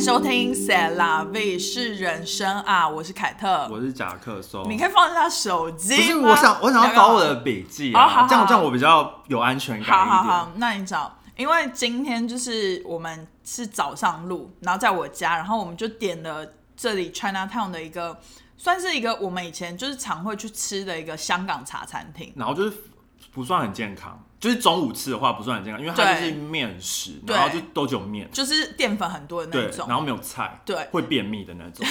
收听《谁啦为是人生啊》，我是凯特。我是夹克松。你可以放下手机不吗。是我想，我想要找我的笔记好好啊好，这样这样我比较有安全感好好一好点。，那你找，因为今天就是我们是早上录，然后在我家，然后我们就点了这里 China Town 的一个，算是一个我们以前就是常会去吃的一个香港茶餐厅。然后就是不算很健康，就是中午吃的话不算很健康，因为它就对是面食，对然后就都只有面，就是淀粉很多的对那，种，然后没有菜，对会便秘的那种，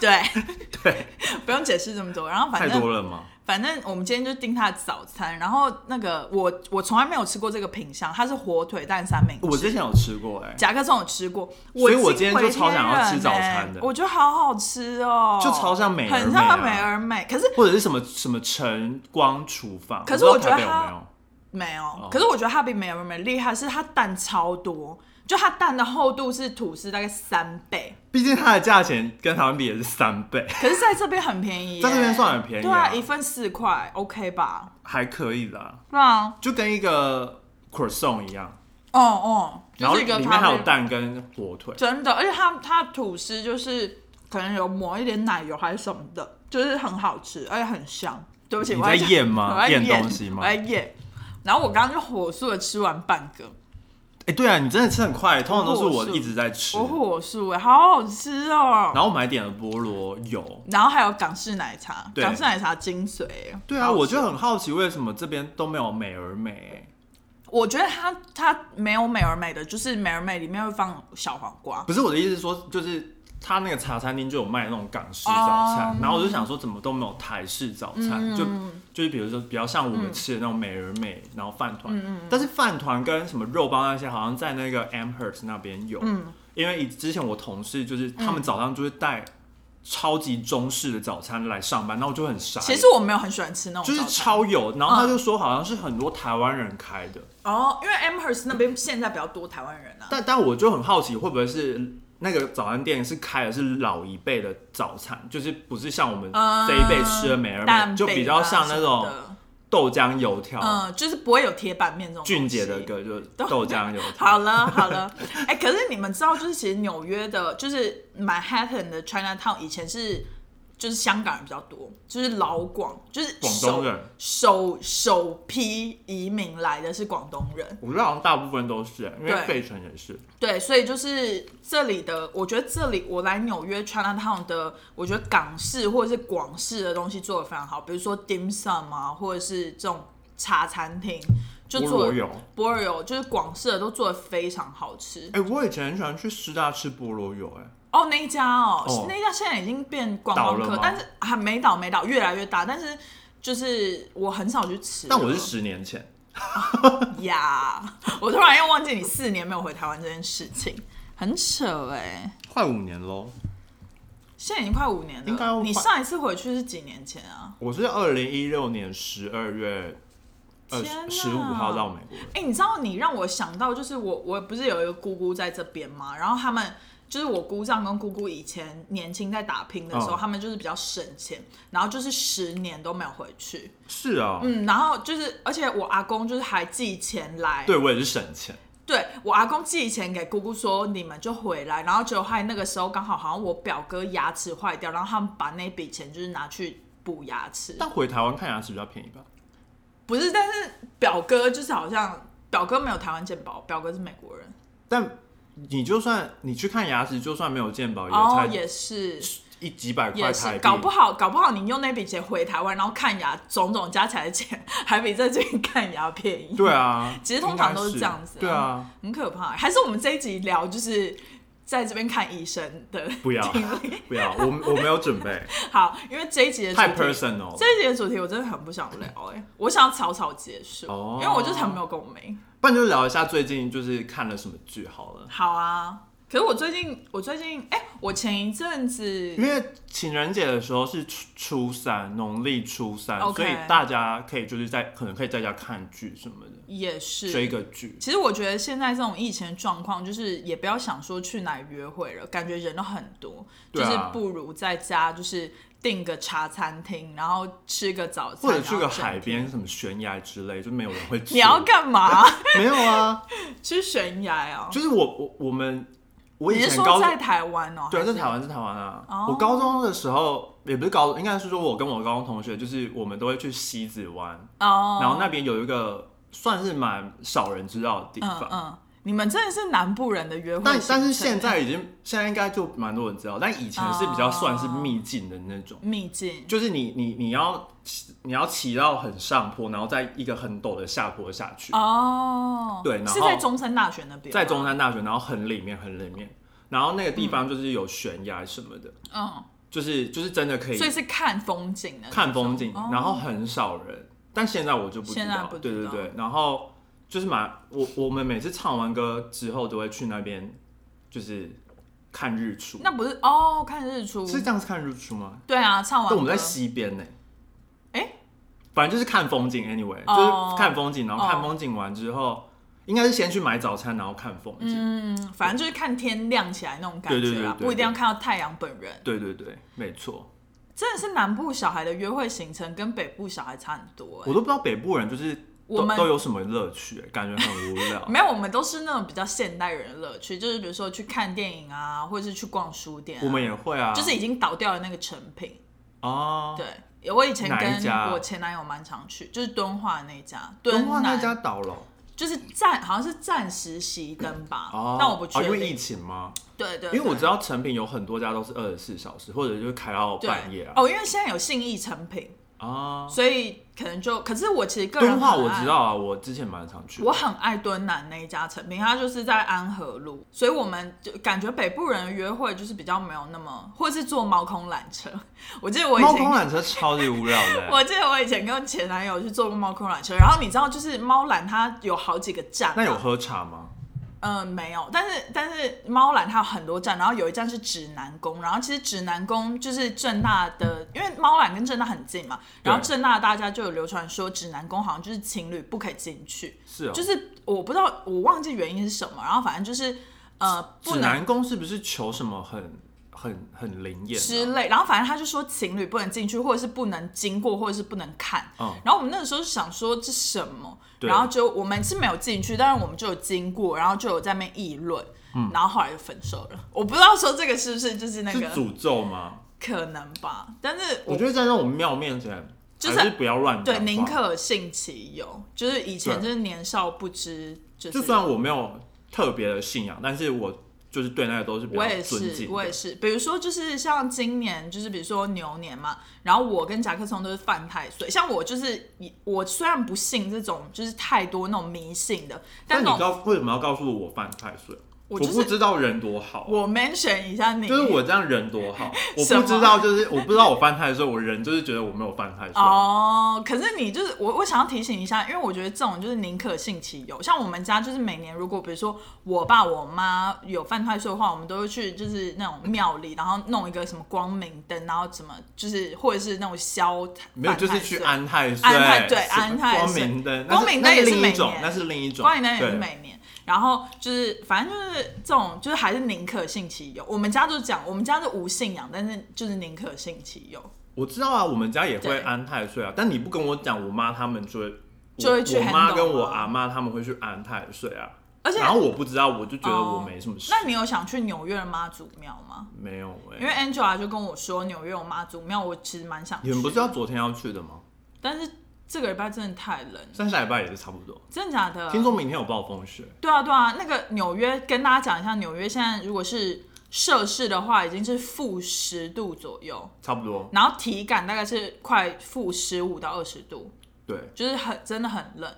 对， 对，不用解释这么多。然后反太正多了吗？反正我们今天就订他的早餐，然后那个我我从来没有吃过这个品相，它是火腿蛋三明治。我之前有吃过哎，夹克松有吃过，所以我惊今天为就超天想要吃人早欸餐的我觉得好好吃哦，就超像美而很美像啊美而美，可是或者是什么什么晨光厨房，可是我不我知觉道得台北它有没有。没有，可是我觉得它比美而美厉害，是它蛋超多，就它蛋的厚度是吐司大概三倍，毕竟它的价钱跟台湾比也是三倍，可是在这边很便宜耶、在这边算很便宜对啊啊，一份四块，OK 吧？还可以啦，对啊，就跟一个 croissant 一样，哦哦，然就是后里一个面咖还啡有蛋跟火腿，真的，而且它它吐司就是可能有抹一点奶油还是什么的，就是很好吃，而且很香。对不起，你我在在咽吗我在咽东西吗我在咽。然后我刚刚就火速的吃完半个，哎、对啊，你真的吃很快，通常都是我我火速一直在吃。我火速哎、好好吃哦、然后我们还点了菠萝油。然后还有港式奶茶，对港式奶茶精髓欸。对啊，我就很好奇为什么这边都没有美而美、我觉得它它没有美而美的，就是美而美里面会放小黄瓜。不是我的意思是说，就是他那个茶餐厅就有卖那种港式早餐，哦嗯然后我就想说怎么都没有台式早餐，就就是比如说比较像我们吃的那种美而美，然后饭嗯团，但是饭团跟什么肉包那些好像在那个 Amherst 那边有，嗯因为以之前我同事就是他们早上就是带超级中式的早餐来上班，那我就很傻眼。其实我没有很喜欢吃那种就是哦早餐嗯超有，然后他就说好像是很多台湾人开的，哦，因为 Amherst 那边现在比较多台湾人啊。但但我就很好奇，会不会是那个早餐店是开的是老一辈的早餐，就是不是像我们嗯这一辈吃的美而蛋美，就饼比较啊像什么那种的豆浆油条，嗯，就是不会有铁板面这种。俊杰的。歌就是豆浆油条。 好了好了，哎、可是你们知道，就是其实纽约的，就是 Manhattan 的 China Town 以前是就是香港人比较多，就是老广，就是广首东人首首批移民来的是广东人，我觉得好像大部分都是，因为对费城也是，对，所以就是这里的，我觉得这里我来纽约 China Town 的，我觉得港式或者是广式的东西做的非常好，比如说 dim sum 啊，或者是这种茶餐厅，就菠做萝油。波尔油就是广式的都做的非常好吃哎、我以前很喜欢去师大吃菠萝油、哎，哦，那一家哦，哦那一家现在已经变观光倒了客吗，但是还没倒没倒，越来越大，但是就是我很少去吃了。但我是十年前，呀， 我突然又忘记你四年没有回台湾这件事情，很扯哎、快五年喽。现在已经快五年了，应该要你快上一次回去是几年前啊？我是二零一六年十二月二天哪十五号到美国的。哎、你知道你让我想到，就是我我不是有一个姑姑在这边吗？然后他们就是我姑丈跟姑姑以前年轻在打拼的时候，嗯他们就是比较省钱，然后就是十年都没有回去。是啊，嗯，然后就是，而且我阿公就是还寄钱来，对我也是省钱。对我阿公寄钱给姑姑说你们就回来，然后结果还那个时候刚好好像我表哥牙齿坏掉，然后他们把那笔钱就是拿去补牙齿。但回台湾看牙齿比较便宜吧？不是，但是表哥就是好像表哥没有台湾健保，表哥是美国人，但你就算你去看牙齿，就算没有健保，哦，也才也是。一几百块也是台，币搞。不好，搞不好你用那笔钱回台湾，然后看牙，种种加起来的 钱还比在这边看牙便宜。对啊， 其实通常应该都是是这样子啊对啊，很可怕。还是我们这一集聊就是在这边看医生的 不要经历。不要，我我没有准 备，好，因为这一集的太主题， personal 了。这一集的主题我真的很不想聊哎、我想要草草结束，哦因为我就是很没有共鸣。不然就聊一下最近就是看了什么剧好了。好啊，可是我最近，我最近，哎、我前一阵子因为情人节的时候是初初三，农历初三 OK 所以大家可以就是在可能可以在家看剧什么的，也是追个剧。其实我觉得现在这种疫情的状况，就是也不要想说去哪里约会了，感觉人都很多，对就是啊不如在家就是订个茶餐厅，然后吃个早餐，或者去个然后整海。边什么悬崖之类，就没有人会去。你要干嘛？ 没有啊？去悬崖哦。就是我我我们我以你是前说高在台湾哦？对，啊还是在台湾，在台湾啊。哦我高中的时候也不是高中，应该是说我跟我高中同学，就是我们都会去西子湾，哦，然后那边有一个算是蛮少人知道的地嗯方。嗯，你们真的是南部人的约会但行程，但是现在已经现在应该就蛮多人知道，但以前是比较算是秘境的那种，秘境，就是你你你要骑你要骑到很上坡，然后在一个很陡的下坡下去，哦，对然后是在中山大学那边吗，在中山大学，然后很里面很里面，然后那个地方就是有悬崖什么的，嗯，就是就是真的可以所以是看风景的那种，看风景，哦然后很少人，但现在我就不知现在道，不知对对道对，然后就是蛮我我们每次唱完歌之后都会去那边，就是看日出，那不是哦，看日出是这样子看日出吗？对啊，唱完但我们在歌西边呢、诶反正就是看风景，anyway，、哦就是看风景，然后哦看风景完之后，应该是先去买早餐，然后看风景。嗯，反正就是看天亮起来那种感对对觉对啦对，对不一定要看到太阳本人。对对对，没错。真的是南部小孩的约会行程跟北部小孩差很多、欸我都不知道北部人就是我都们都有什么乐趣、欸感觉很无聊。 没有，我们都是那种比较现代人的乐趣，就是比如说去看电影啊，或者是去逛书店、啊。我们也会啊，就是已经倒掉的那个成品。哦，对，我以前哪一家跟我前男友蛮常去，就是敦化那一家，东化那南家倒了就是暂好像是暂时熄灯吧，哦，但我不确哦因为定。疫情吗？对对，因为我知道道成品有很多家都是二十四小时，或者就是开到半夜啊。哦，因为现在有信义成品，啊，所以可能就可是我其实个人敦化很我爱知道啊，我之前蛮常去的。我很爱敦南那一家成品，它就是在安和路，所以我们就感觉北部人的约会就是比较没有那么，或是坐猫空缆车。我记得我以猫空前，缆车超级无聊的、欸我记得我以前跟前男友去坐过猫空缆车，然后你知道，就是猫缆它有好几个站、啊那有？喝茶吗？嗯、没有，但是但是猫缆它有很多站，然后有一站是指南宫，然后其实指南宫就是正大的，因为猫缆跟正大很近嘛，然后对正大大家就有流传说指南宫好像就是情侣不可以进去。是哦，就是我不知道，我忘记原因是什么，然后反正就是呃不指能南宫是不是求什么很很很灵验、之啊？类，然后反正他就说情侣不能进去，或者是不能经过，或者是不能看。嗯然后我们那个时候是想说这什么，对然后就我们是没有进去，但是我们就有经过，然后就有在那边议论。嗯然后后来就分手了，我不知道说这个是不是就是那是个诅咒吗？可能吧，但是我我觉得在那种庙面前，就是还是不要乱讲对话宁。可信其有，就是以前对就是年少不知，就是就算我没有特别的信仰，但是我就是对那个都是比我较也尊是敬，我也的。是。比如说，就是像今年，就是比如说牛年嘛，然后我跟夹克松都是犯太岁。像我就是以，我虽然不信这种就是太多那种迷信的，但那种你告为什么要告诉我犯太岁？我我就是不知道人多好，我 mention 一下你，就是我这样人 多好，我什么不知道，就是我不知道我犯太岁，我人就是觉得我没有犯太岁。哦。可是你就是我，我想要提醒一下，因为我觉得这种就是宁可信其有。像我们家就是每年，如果比如说我爸我妈有犯太岁的话，我们都会去就是那种庙里，然后弄一个什么光明灯，然后怎么就是或者是那种消没有，犯就是太去岁安太岁，安泰对什么安泰光岁明灯，光那明那灯也是另每一种年，那是另一种，光影灯也是对每年，然后就是反正就是这种，就是还是宁可信其有。我们家就讲，我们家是无信仰，但是就是宁可信其有，我知道啊，我们家也对会安太岁啊，但你不跟我讲，我妈他们就会，就会我去我妈 handle 跟我啊阿妈他们会去安太岁啊，而且然后我不知道，我就觉得我哦没什么事，那你有想去纽约的妈祖庙吗？没有哎、因为 Angela 就跟我说纽约有妈祖庙，我其实蛮想去。你们不是要昨天要去的吗？但是这个礼拜真的太冷了，但下礼拜也是差不多。真的假的？听说明天有暴风雪，对啊，对啊，那个纽约跟大家讲一下，纽约现在如果是摄氏的话，已经是负十度左右，差不多。然后体感大概是快负十五到二十度。对，就是很真的很冷。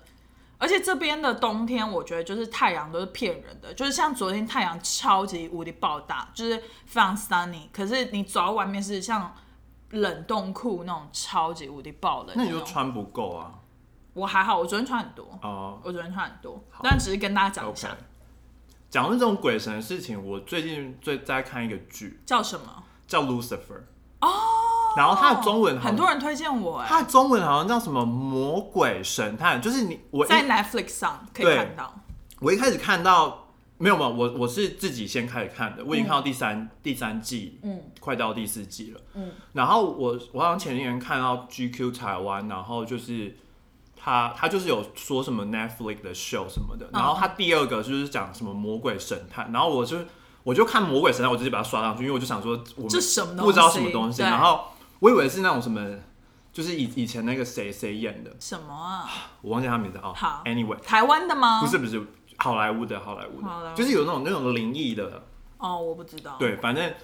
而且这边的冬天，我觉得就是太阳都是骗人的，就是像昨天太阳超级无敌爆大，就是非常 sunny，可是你走到外面是像冷冻库那种超级无敌爆冷。那你就。穿不够啊。我还好，我昨天穿很多，哦、我昨天穿很多好，但只是跟大家讲 o 一 k 下讲到这种鬼神的事情，我最近最在看一个剧叫什么。叫《Lucifer》哦，然后它的中文好像很多人推荐我哎、它的中文好像叫什么魔鬼神探，就是你我一在 Netflix 上可以对看到。我一开始看到没有嘛，我我是自己先开始看的，我已经看到第三、第三季，嗯，快到第四季了，嗯，然后我我好像前几年看到 GQ 台湾，然后就是他他就是有嗯说什么 Netflix 的 show 什么的，然后他第二个就是讲什么魔鬼神探，然后我就我就看《魔鬼神探》，我直接把它刷上去，因为我就想说我们这什么东西不知道什么东西，对然后我以为是那种什么，就是以以前那个谁谁演的，什么啊？我忘记他名字啊。好 a n y w a y 台湾的吗？不是不是好莱坞的好莱坞哦好莱的，坞就是有那种那种灵异的，哦，我不知道。，对，反正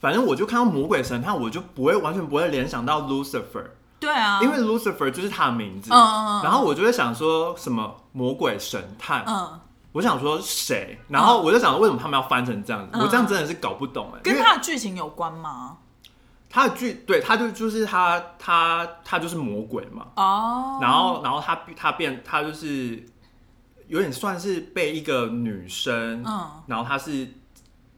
反正我就看到魔鬼神探，我就不会完全不会联想到 Lucifer，、对啊，因为 Lucifer 就是他的名嗯字，嗯嗯然后我就会想说什么魔鬼神探，嗯，我想说谁，然后我就想为什么他们要翻成这样子，嗯我这样真的是搞不懂哎、因跟为它的剧情有关吗？他的剧对他就就是他他他就是魔鬼嘛，哦，然后然后他他变他就是有点算是被一个女生，嗯然后她是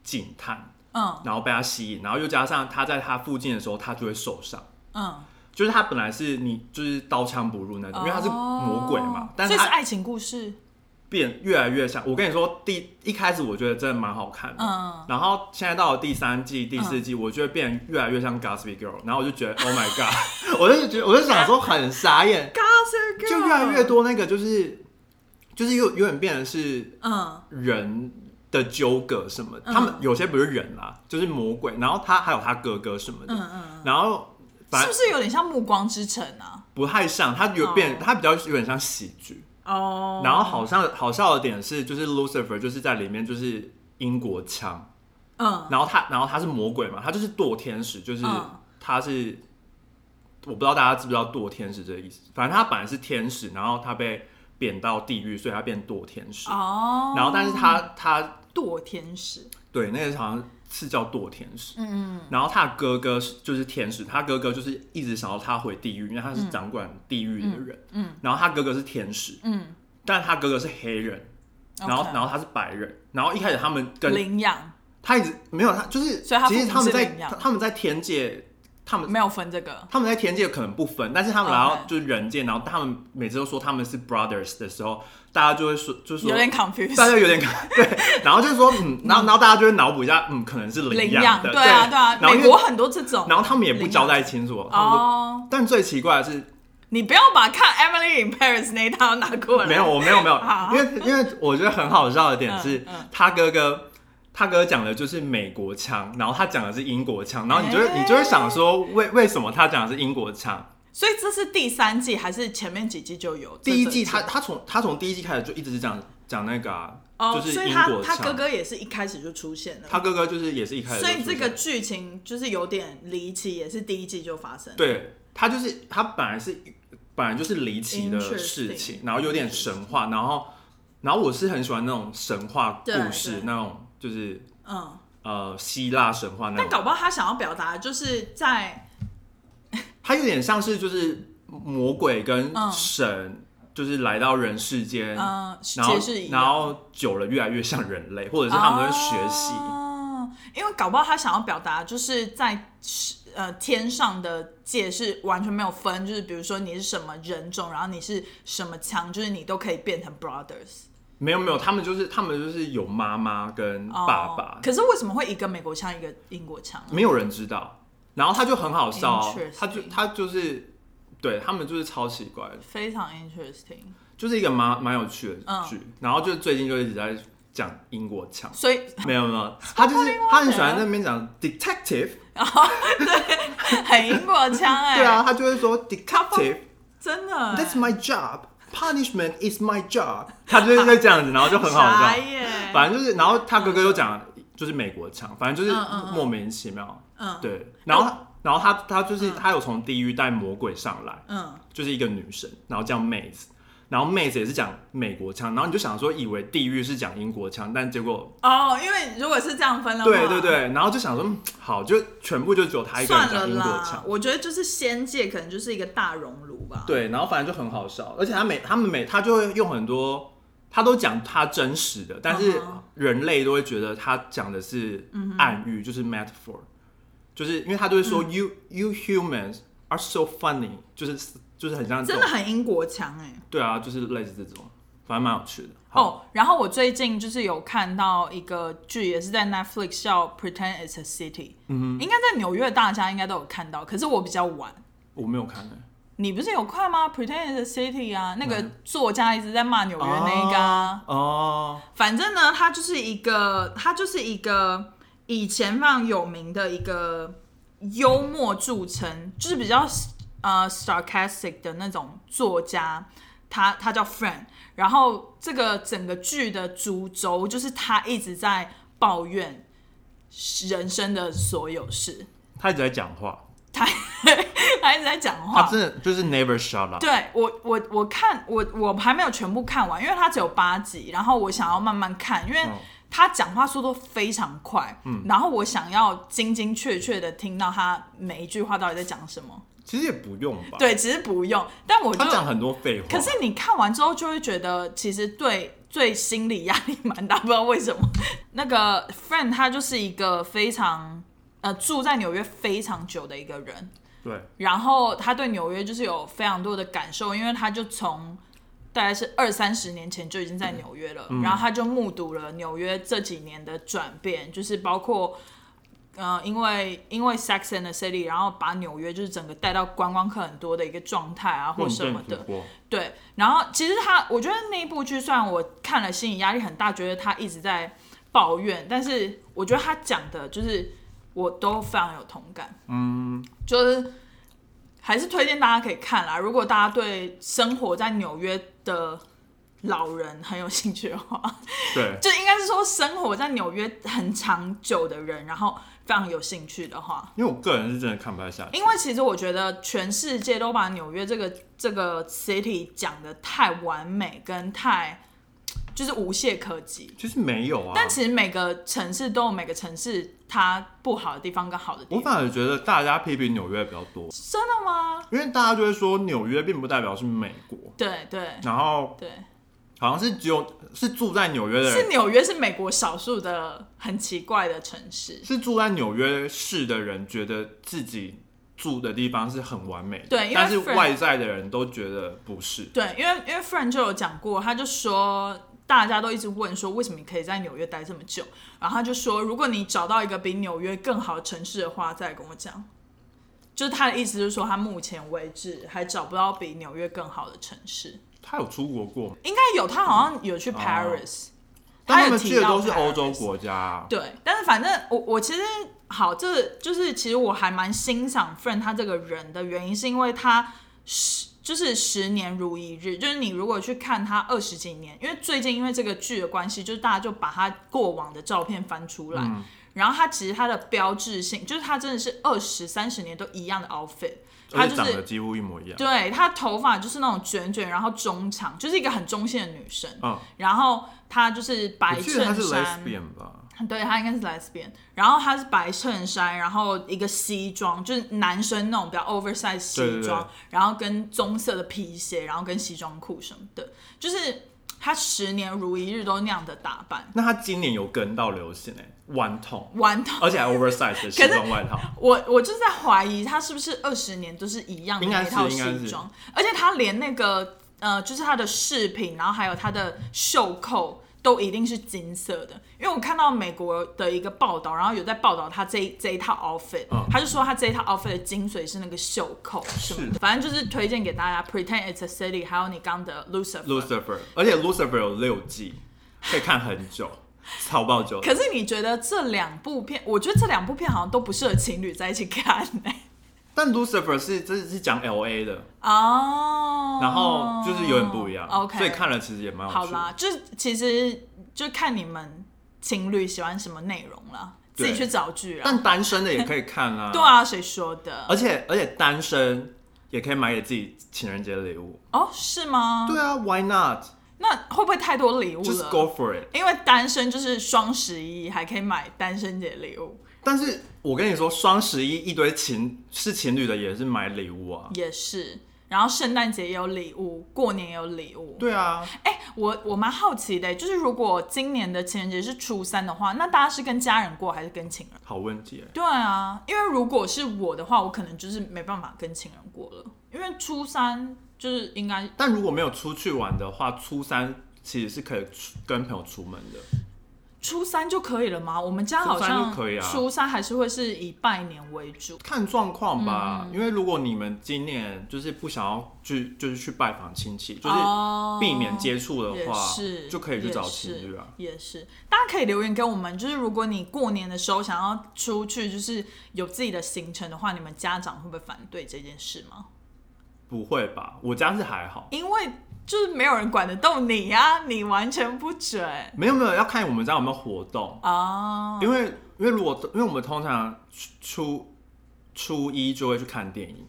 警探，嗯然后被他吸引，然后又加上他在他附近的时候，他就会受伤。嗯，就是他本来是你就是刀枪不入那种，因为他是魔鬼嘛，哦但所是以是他爱情故事。变越来越像。我跟你说，第一开始我觉得真的蛮好看的，嗯然后现在到了第三季、第四季，我觉得变越来越像 Gossip Girl，然后我就觉得 Oh my God，我 就觉得我就想说很傻眼， Gossip 就越来越。多那个就是就是有有点变成是嗯人的纠葛什么的，嗯他们有些不是人啦、就是魔鬼，然后他还有他哥哥什么的，嗯嗯，然后反是正不是有点像《暮光之城》啊？不太像，他有变哦他比较有点像喜剧，哦然后，好像好笑的点是，就是 Lucifer 就是在里面就是英国腔，嗯然后他然后他是魔鬼嘛，他就是堕天使，就是嗯他是、我不知道大家知不知道堕天使这个意思，反正他本来是天使，然后他被贬到地狱，所以他变堕天使。哦，然后但是他他堕天使，对那个好像是叫堕天使，嗯然后他的哥哥是就是天使，他哥哥就是一直想要他回地狱，因为他是掌管地狱的人。嗯然后他哥哥是天使，嗯，但他哥哥是黑人， OK 然后然后他是白人，然后一开始他们跟领养他一直没有他就是，所以他父其母实他们是在领养他们在天界，他们没有分这个，他们在天界可能不分，但是他们来到 OK 就是人界，然后他们每次都说他们是 brothers 的时候，大家就会说就说有点 confused。大家有点对，然后就是说嗯，然后然后大家就会脑补一下，嗯，可能是领养的，对啊对啊，然美后因为国很多这种。然后他们也不交代清楚，他们都哦，但最奇怪的是，你不要把看《Emily in Paris》那一套拿过来。没有，，我没有没有 好，因为因为我觉得很好笑的点是嗯嗯，他哥哥他哥讲的就是美国腔，然后他讲的是英国腔，然后你就会哎你就会想说，为为什么他讲的是英国腔？所以这是第三季还是前面几季就有？第一季他这他从他从第一季开始就一直是讲讲那个啊，哦，就是所以英他国他哥腔。哥也是一开始就出现了。他哥哥就是也是一开始就所出现，以这个剧情就是有点离奇，也是第一季就发生。，对他就是他本来是本来就是离奇的事情，然后有点神话，然后然后我是很喜欢那种神话对故事对，那种就是嗯，呃希腊神话那但种，搞不好他想要表达的就是在它有点像是就是魔鬼跟嗯神，就是来到人世间，嗯，然后解释一样然后久了越来越像人类，或者是他们会学习。哦因为搞不好他想要表达就是在呃天上的界是完全没有分，就是比如说你是什么人种，然后你是什么腔，就是你都可以变成 brothers 没有没有，他们就是他们就是有妈妈跟哦爸爸，可是为什么会一个美国腔一个英国腔啊？没有人知道。然后他就很好笑哦 Interesting，他就他就是对他们就是超奇怪的，非常 interesting，就是一个蛮蛮有趣的嗯剧。然后就最近就一直在讲英国腔。所以 没有没有，他就是他很喜欢在那边讲 detective，很英国腔哎、 对啊，他就会说 detective，真的欸、 That's my job. Punishment is my job. 他就是会这样子，然后就很好傻笑。耶，反正就是，然后他哥哥又讲就是美国腔，反正就是嗯嗯嗯莫名其妙。嗯对，然后他然后他他就是他有从地狱带魔鬼上来，嗯。就是一个女生，然后叫妹子，然后妹子也是讲美国腔，然后你就想说以为地狱是讲英国腔，但结果哦，因为如果是这样分的话，对对，对，然后就想说嗯好，就全部就只有他一个人算了讲英国啦腔。。我觉得就是仙界可能就是一个大熔炉吧。，对，然后反正就很好笑，而且他每他们每他就会用很多，他都讲他真实的，但嗯是哼嗯人类都会觉得他讲的是暗喻，就是 metaphor，就是因为他就会说、you 嗯 you humans are so funny，就是就是很像这真的种，很英国腔哎、对啊，就是类似这种，反正蛮有趣的。好，哦，然后我最近就是有看到一个剧，也是在 Netflix 叫《Pretend It's a City》，嗯，应该在纽约大家应该都有看到，可是我比较晚。我没有看呢、欸你不是有看吗？Pretend the City 啊，那个嗯作家一直在骂纽约那个啊。哦，反正呢，它就是一个，它就是一个以前非常有名的一个幽默著称，就是比较呃 sarcastic 的那种作家。他他叫 Friend，然后这个整个剧的主轴就是他一直在抱怨人生的所有事，他一直在讲话，他一直在讲话。他真的就是 never shut up。对我，我我看我我还没有全部看完，因为它只有八集，然后我想要慢慢看，因为嗯他讲话速度非常快，嗯，然后我想要精精确确的听到他每一句话到底在讲什么。其实也不用吧，，对，只是不用，但我就哦他讲很多废话。可是你看完之后就会觉得，其实对对心理压力蛮大，不知道为什么。那个 Friend 他就是一个非常呃住在纽约非常久的一个人，对，然后他对纽约就是有非常多的感受，因为他就从大概是二三十年前就已经在纽约了，然后他就目睹了纽约这几年的转变，就是包括。呃，因为因为 Sex and the City，然后把纽约就是整个带到观光客很多的一个状态啊，或混什么沌的主，播，对，然后其实他，我觉得那一部剧虽然我看了心理压力很大，觉得他一直在抱怨，但是我觉得他讲的就是我都非常有同感。嗯，就是还是推荐大家可以看啦。如果大家对生活在纽约的老人很有兴趣的话，对，就应该是说生活在纽约很长久的人，然后非常有兴趣的话，因为我个人是真的看不太下去。因为其实我觉得全世界都把纽约这个这个 city 讲的太完美跟太就是无懈可击，其实没有啊，但其实每个城市都有每个城市它不好的地方跟好的地我方，反而觉得大家批评纽约比较多，真的吗？因为大家就会说纽约并不代表是美国，对对然后对，好像是只有是住在纽约的是人，纽约是美国少数的很奇怪的城市，是住在纽约市的人觉得自己住的地方是很完美的，对因为但是 Fran- 外在的人都觉得不是。对，因为因为 Friend 就有讲过，他就说大家都一直问说为什么你可以在纽约待这么久，然后他就说如果你找到一个比纽约更好的城市的话，再来跟我讲。就是他的意思，就是说他目前为止还找不到比纽约更好的城市，他有出国过吗？应该有，他好像有去 Paris，、哦但他他有们提去的到都是 Paris 欧洲国家啊、对，但是反正我我其实好，这就是其实我还蛮欣赏 Friend 他这个人的原因，是因为他十就是十年如一日，就是你如果去看他二十几年，因为最近因为这个剧的关系，就是大家就把他过往的照片翻出来，嗯然后他其实他的标志性就是他真的是二十三十年都一样的 outfit，他而就且长得是。几乎一模一样。对她头发就是那种卷卷，然后中长，就是一个很中性的女生。嗯，然后她就是白我记得他衬是衫， lesbian 吧？对他应该是 lesbian，然后他是白衬衫，然后一个西装，就是男生那种比较 oversize 西装，对对对然后跟棕色的皮鞋，然后跟西装裤什么的，就是他十年如一日都那样的打扮，那他今年有跟到流行哎、弯筒，完头。而且还 oversize 的西装外套。我我就是在怀疑他是不是二十年都是一样的应该那是套应该是西装，而且他连那个呃，就是他的饰品，然后还有他的袖扣都一定是金色的，因为我看到美国的一个报道，然后有在报道他这一这一套 outfit，、嗯他就说他这一套 outfit 的精髓是那个袖扣什么的，反正就是推荐给大家《Pretend It's a City》，还有你刚的 Lucifer。 Lucifer，而且 Lucifer 有六季，可以看很久，超爆久。可是你觉得这两部片，我觉得这两部片好像都不适合情侣在一起看呢、但 Lucifer 是这是讲 L A 的，哦，然后就是有点不一样 OK，所以看了其实也蛮有好趣的。啦，就是其实就看你们情侣喜欢什么内容啦，自对己去找剧啊。但单身的也可以看 啊，对，啊，谁说的而？且而且单身也可以买给自己情人节礼物。哦，是吗？对啊，Why not？那会不会太多礼物就是了？ go for it。因为单身就是双十一还可以买单身节礼物，但是我跟你说，双十一一堆情是情侣的也是买礼物啊。也是。然后圣诞节也有礼物，过年也有礼物。对啊，哎、我我蛮好奇的，就是如果今年的情人节是初三的话，那大家是跟家人过还是跟情人？好问题欸。对啊，因为如果是我的话，我可能就是没办法跟情人过了，因为初三就是应该但如果没有出去玩的话，初三其实是可以出跟朋友出门的。初三就可以了吗？我们家好初三像就可以啊初三还是会是以拜年为主。看状况吧，嗯因为如果你们今年就是不想要去，就是去拜访亲戚，就是哦避免接触的也话，是就可以去找也情是侣啊。也是，大家可以留言给我们，就是如果你过年的时候想要出去，就是有自己的行程的话，你们家长会不会反对这件事吗？不会吧？我家是还好，因为就是没有人管得动你呀、啊，你完全不准没有没有，要看我们家有没有活动，啊。因为因为如果因为我们通常初初初一就会去看电影，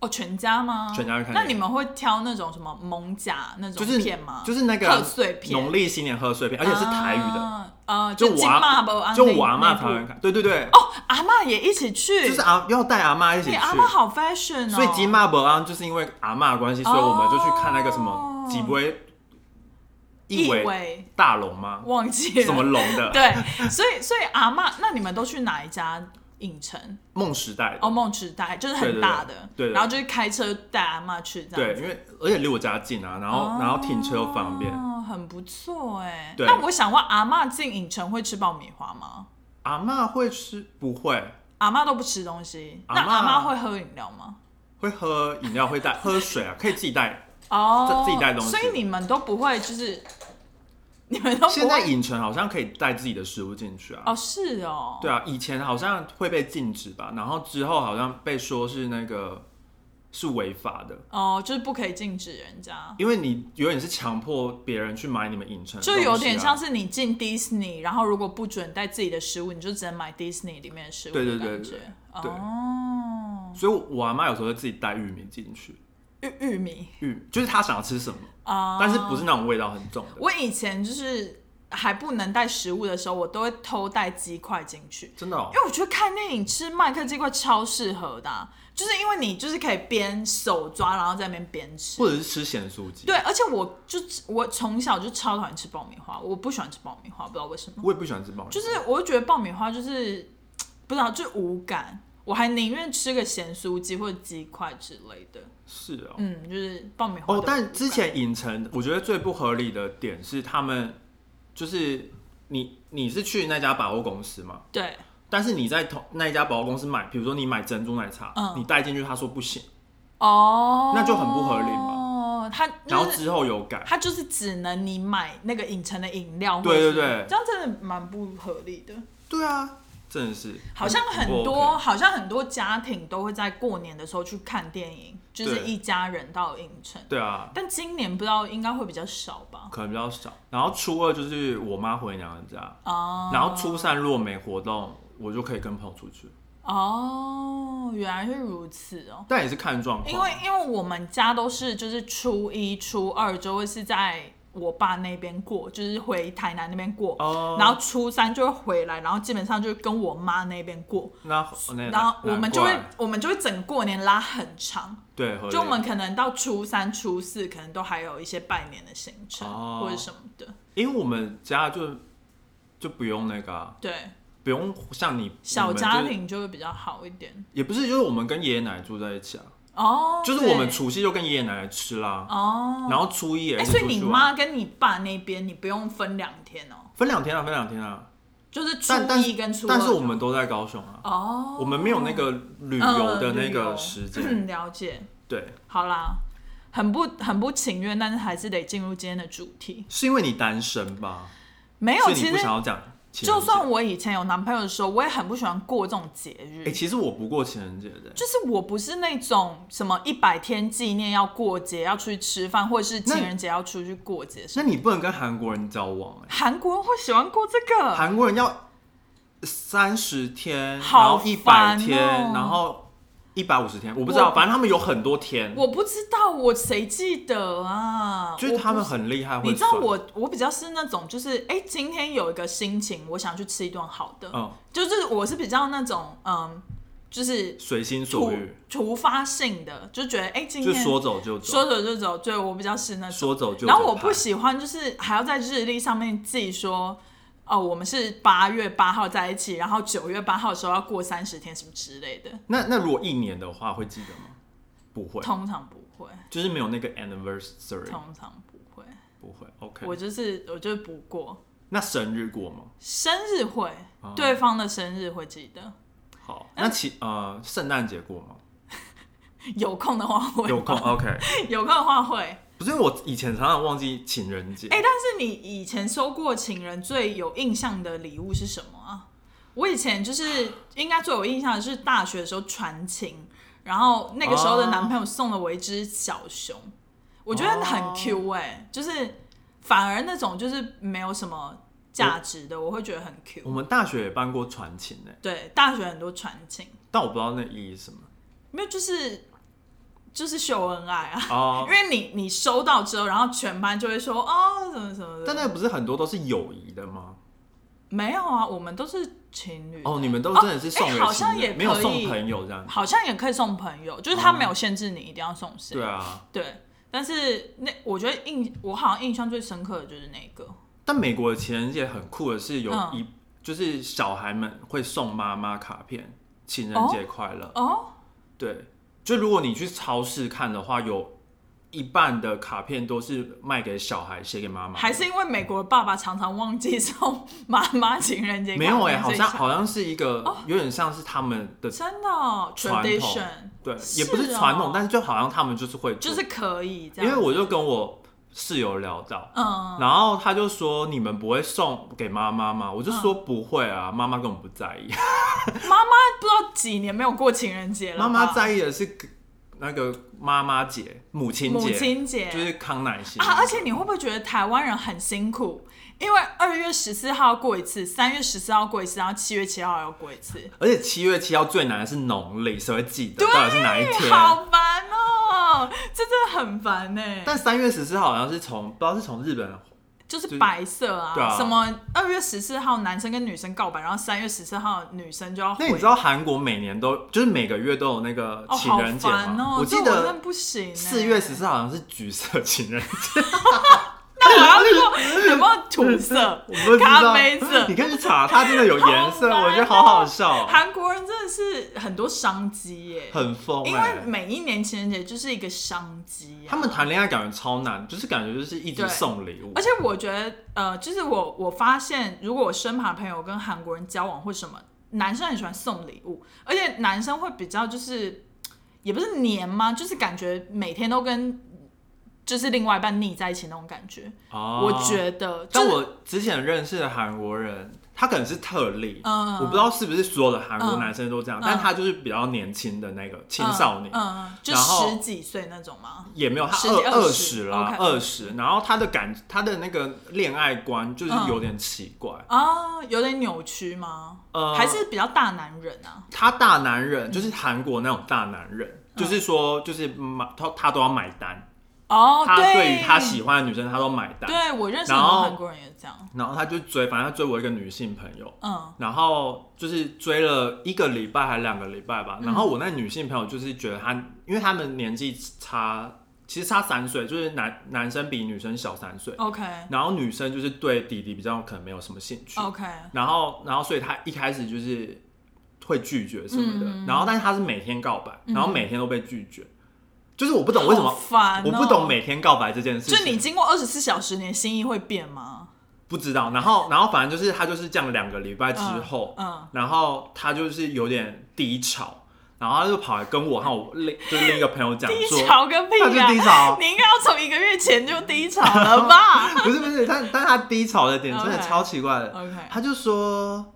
哦，全家吗？全家去看那电你影们会挑那种什么蒙甲那就种是片吗？就是那个贺岁片农历新年贺岁片，而且是台语的，啊，呃，就我金马不阿安就那我阿妈那才部会看，对对对，哦，阿嬷也一起去，就是阿要带阿妈一起你去，阿嬷好 fashion 哦，所以金马伯昂就是因为阿嬷的关系，所以我们就去看那个什么哦几位一一尾尾大龙吗？忘记了什么龙的 对，所以所以阿嬷，那你们都去哪一家影城？梦时代的哦，梦时代就是对对很对大的，对对对然后就是开车带阿嬷去这样对，因为而且离我家近啊，然后然后停车又方便。哦，很不错哎。对那我想问，阿嬷进影城会吃爆米花吗？阿嬷会吃不会？阿嬷都不吃东西，阿那嬷阿嬷会喝饮料吗？会喝饮料，会带喝水啊，可以自己带。哦，自自己带东西所以你们都不会就是，你们都不现在哦会影城好像可以带自己的食物进去啊。哦，是哦，对啊，以前好像会被禁止吧，然后之后好像被说是那个是违法的，哦，就是不可以禁止人家，因为你有点是强迫别人去买你们影城的东就西啊，有点像是你进 Disney，然后如果不准带自己的食物，你就只能买 Disney 里面的食物对对的对感对觉。对哦，所以我阿妈有时候会自己带玉米进去，玉玉米玉就是她想要吃什么，啊，但是不是那种味道很重的，我以前就是还不能带食物的时候，我都会偷带鸡块进去，真的、哦因。为我觉得看电影吃麦克鸡块超适合的啊、就是因为你就是可以边手抓，然后在那边边吃或。者是吃咸酥鸡，对，而且我就我从小就超讨厌吃爆米花，我不喜欢吃爆米花，不知道为什么。我也不喜欢吃爆米花，就是我就觉得爆米花就是不知道，就是无感。我还宁愿吃个咸酥鸡或者鸡块之类的。是哦。嗯，就是爆米花的无哦，感。但之前影城，我觉得最不合理的点是他们，就是你你是去那家百货公司嘛，对但是你在同那一家百货公司买，比如说你买珍珠奶茶，嗯你带进去，他说不行，哦，那就很不合理嘛。哦，它然就后是之后有改，它就是只能你买那个影城的饮料，对对或者是对这样真的蛮不合理的。对啊，真的是，好像很不 OK 多，好像很多家庭都会在过年的时候去看电影，就是对一家人到影城。对啊，但今年不知道应该会比较少吧？可能比较少。然后初二就是我妈回娘家，哦，然后初三如果没活动，我就可以跟朋友出去，哦，原来是如此哦。但也是看状况，因为因为我们家都是就是初一、初二就会是在我爸那边过，就是回台南那边过，哦然后初三就会回来，然后基本上就是跟我妈那边过，那哦那然后我们就会难怪哦我们就会整过年拉很长，对，合理就我们可能到初三、初四可能都还有一些拜年的行程、哦或者什么的，因为我们家就就不用那个啊、对，不用像你小你们家就是庭就会比较好一点。也不是，就是我们跟爷爷奶奶住在一起啊，哦，就是我们对除夕就跟爷爷奶奶吃啦，哦，然后初一也哎、是所以出你去玩妈跟你爸那边你不用分两天哦，分两天啊，分两天啊，就是初但但一跟初二。但是我们都在高雄啊，哦，我们没有那个旅游的那个时间，嗯、了解。对，好啦，很不很不情愿，但是还是得进入今天的主题。是因为你单身吧？没有，所以你其不实想要讲情人就节。算我以前有男朋友的时候，我也很不喜欢过这种节哎、日。其实我不过情人节的、就是我不是那种什么一百天纪念要过节要出去吃饭，或者是情人节要出去过节什那么。你不能跟韩国人交往哎、韩国人会喜欢过这个？韩国人要三十天，然好后一百烦哦天，然后一百五十天，我不知道，我反正他们有很多天，我不知道，我谁记得啊？就是他我不们很厉害，会你知道算我我比较是那种，就是哎、诶今天有一个心情，我想去吃一顿好的，嗯，就是我是比较那种嗯，就是随心突所欲，突发性的，就觉得哎、诶今就天说走就说走，走就走，对我比较是那种。说走就走。然后我不，喜欢就是还要在日历上面记说。哦，我们是八月八号在一起，然后九月八号的时候要过三十天什么之类的，那那如果一年的话会记得吗？不会，通常不会，就是没有那个 anniversary，通常不会，不会。OK，我就是我就是不过，那生日过吗？生日会，对方的生日会记得，好，嗯那其呃圣诞节过吗？有空的话会，有空 OK， 有空的话会。不是我以前常常忘记情人节哎、，但是你以前收过情人最有印象的礼物是什么啊？我以前就是应该最有印象的是大学的时候传情，然后那个时候的男朋友送了我一只小熊，我觉得很哦 Q 哎、就是反而那种就是没有什么价值的，我会觉得很我 Q。们大学也办过传情哎，对，大学很多传情，但我不知道那意义是 什么没有就是就是秀恩爱啊，因哦。为你你收到之后，然后全班就会说哦，怎么怎么的，但那不是很多都是友谊的吗？没有啊，我们都是情侣哦，你们都哦真的是送哎给好情像也人，没有可送以朋友这样。好像也可以送朋友，就是他没有限制你一定要送谁。哦对啊，对但是那我觉得印我好像印象最深刻的就是那个，但美国的情人节很酷的是有嗯一，就是小孩们会送妈妈卡片，情人节快乐。哦，对，就如果你去超市看的话，有一半的卡片都是卖给小孩，写给妈妈的。还是因为美国的爸爸常常忘记送妈妈情人节卡没片有这哎、一好像项好像是一个、哦有点像是他们的真的、哦、传统 tradition，对，是也不是传统，哦但是就好像他们就是会就做是可以这因样，为我就跟我室友聊到，嗯然后他就说你们不会送给妈妈吗？我就说嗯不会啊，妈妈根本不在意。妈妈不知道几年没有过情人节了吧，妈妈在意的是那个妈妈节、母亲母节，亲节就是康乃馨啊！而且你会不会觉得台湾人很辛苦？因为二月十四号过一次，三月十四号过一次，然后七月七号要过一次，而且七月七号最难的是农历，谁会记得到底是哪一天？好烦哦、这真的很烦呢、欸但三月十四号好像是从不知道是从日哦本就是白色啊，对啊什么二月十四号男生跟女生告白，然后三月十四号女生就要回。那你知道韩国每年都就是每个月都有那个哦，情好人节烦吗？哦、记这我真的得不行、欸。四月十，四好像是橘色情人节，？那我要说有没有土色 我不知咖道啡色。你可以去查，它真的有颜色，好烦哦我觉得好好笑，韩国人真的是很多商机耶、很疯因哎为。每一年情人节就是一个商机、啊。他们谈恋爱感觉超难，就是感觉就是一直对送礼物，而且我觉得，呃，就是我我发现，如果我身旁的朋友跟韩国人交往或什么，男生很喜欢送礼物，而且男生会比较就是，也不是黏嘛，就是感觉每天都跟就是另外一半腻在一起那种感觉。哦我觉得，但就是我之前认识的韩国人，他可能是特例，嗯我不知道是不是所有的韩国嗯男生都这样，嗯但他就是比较年轻的那个青少年，嗯嗯嗯就然后十几岁那种嘛。也没有他十几二二二十十啦， OK 二十，然后他的感他的那个恋爱观就是嗯有点奇怪，啊，有点扭曲吗？呃还是比较大男人啊？他大男人就是韩国那种大男人，嗯就是说就是买他他都要买单，哦，他对对于他喜欢的女生他都买单，对我认识然很多后韩国人也这样。然后他就追，反正他追我一个女性朋友，嗯，然后就是追了一个礼拜还两个礼拜吧。嗯然后我那女性朋友就是觉得她，因为他们年纪差，其实差三岁，就是男男生比女生小三哦岁。 OK 然后女生就是对弟弟比较可能没有什么兴趣， OK，然后然后所以她一开始就是会拒绝什么的。嗯然后但是她是每天告白，然后每天都被拒绝，就是我不懂为什么，好烦哦我不懂每天告白这件事就情，你经过二十四小时，你的心意会变吗？不知道。然后然后反正就是她就是这样两个礼拜之后，嗯，然后他就是有点低潮，然后他就跑来跟我和我另就是另一个朋友讲低说，潮个屁他就呀、低潮， 你应该要从一个月前就低潮了 吧不是不是，但但他低潮的点真的 OK 超奇怪的， ？OK，他就说，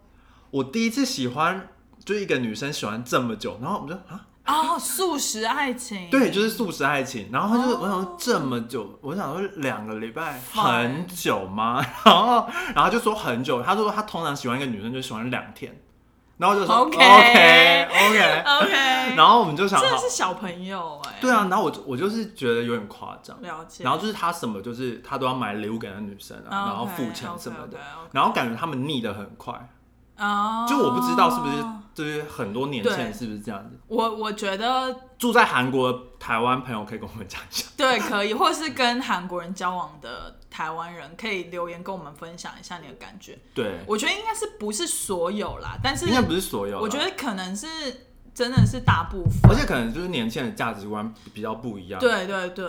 我第一次喜欢就是一个女生喜欢这么久，然后我们就啊，哦，素食爱情，对，就是素食爱情，然后他就、哦我想说这么久，我想说两个礼拜 Fine 很久吗？ 然后然后他就说很久，他说他通常喜欢一个女生就喜欢两天，然后我就说 OK OK OK， ，OK， 然后我们就想真的好是。小朋友哎、对啊，然后我就我就是觉得有点夸张，了解，然后就是他什么就是他都要买礼物给那女生啊，然后付钱什么的，的，然后感觉他们腻得很快，哦，就我不知道是不是就是很多年前对是不是这样子。我我觉得住在韩国的台湾朋友可以跟我们讲一下，对可以，或是跟韩国人交往的台湾人可以留言跟我们分享一下你的感觉。对，我觉得应该是不是所有啦，但是应该不是所有啦，啊我觉得可能是真的是大部分，而且可能就是年轻人的价值观比较不一样，对对对，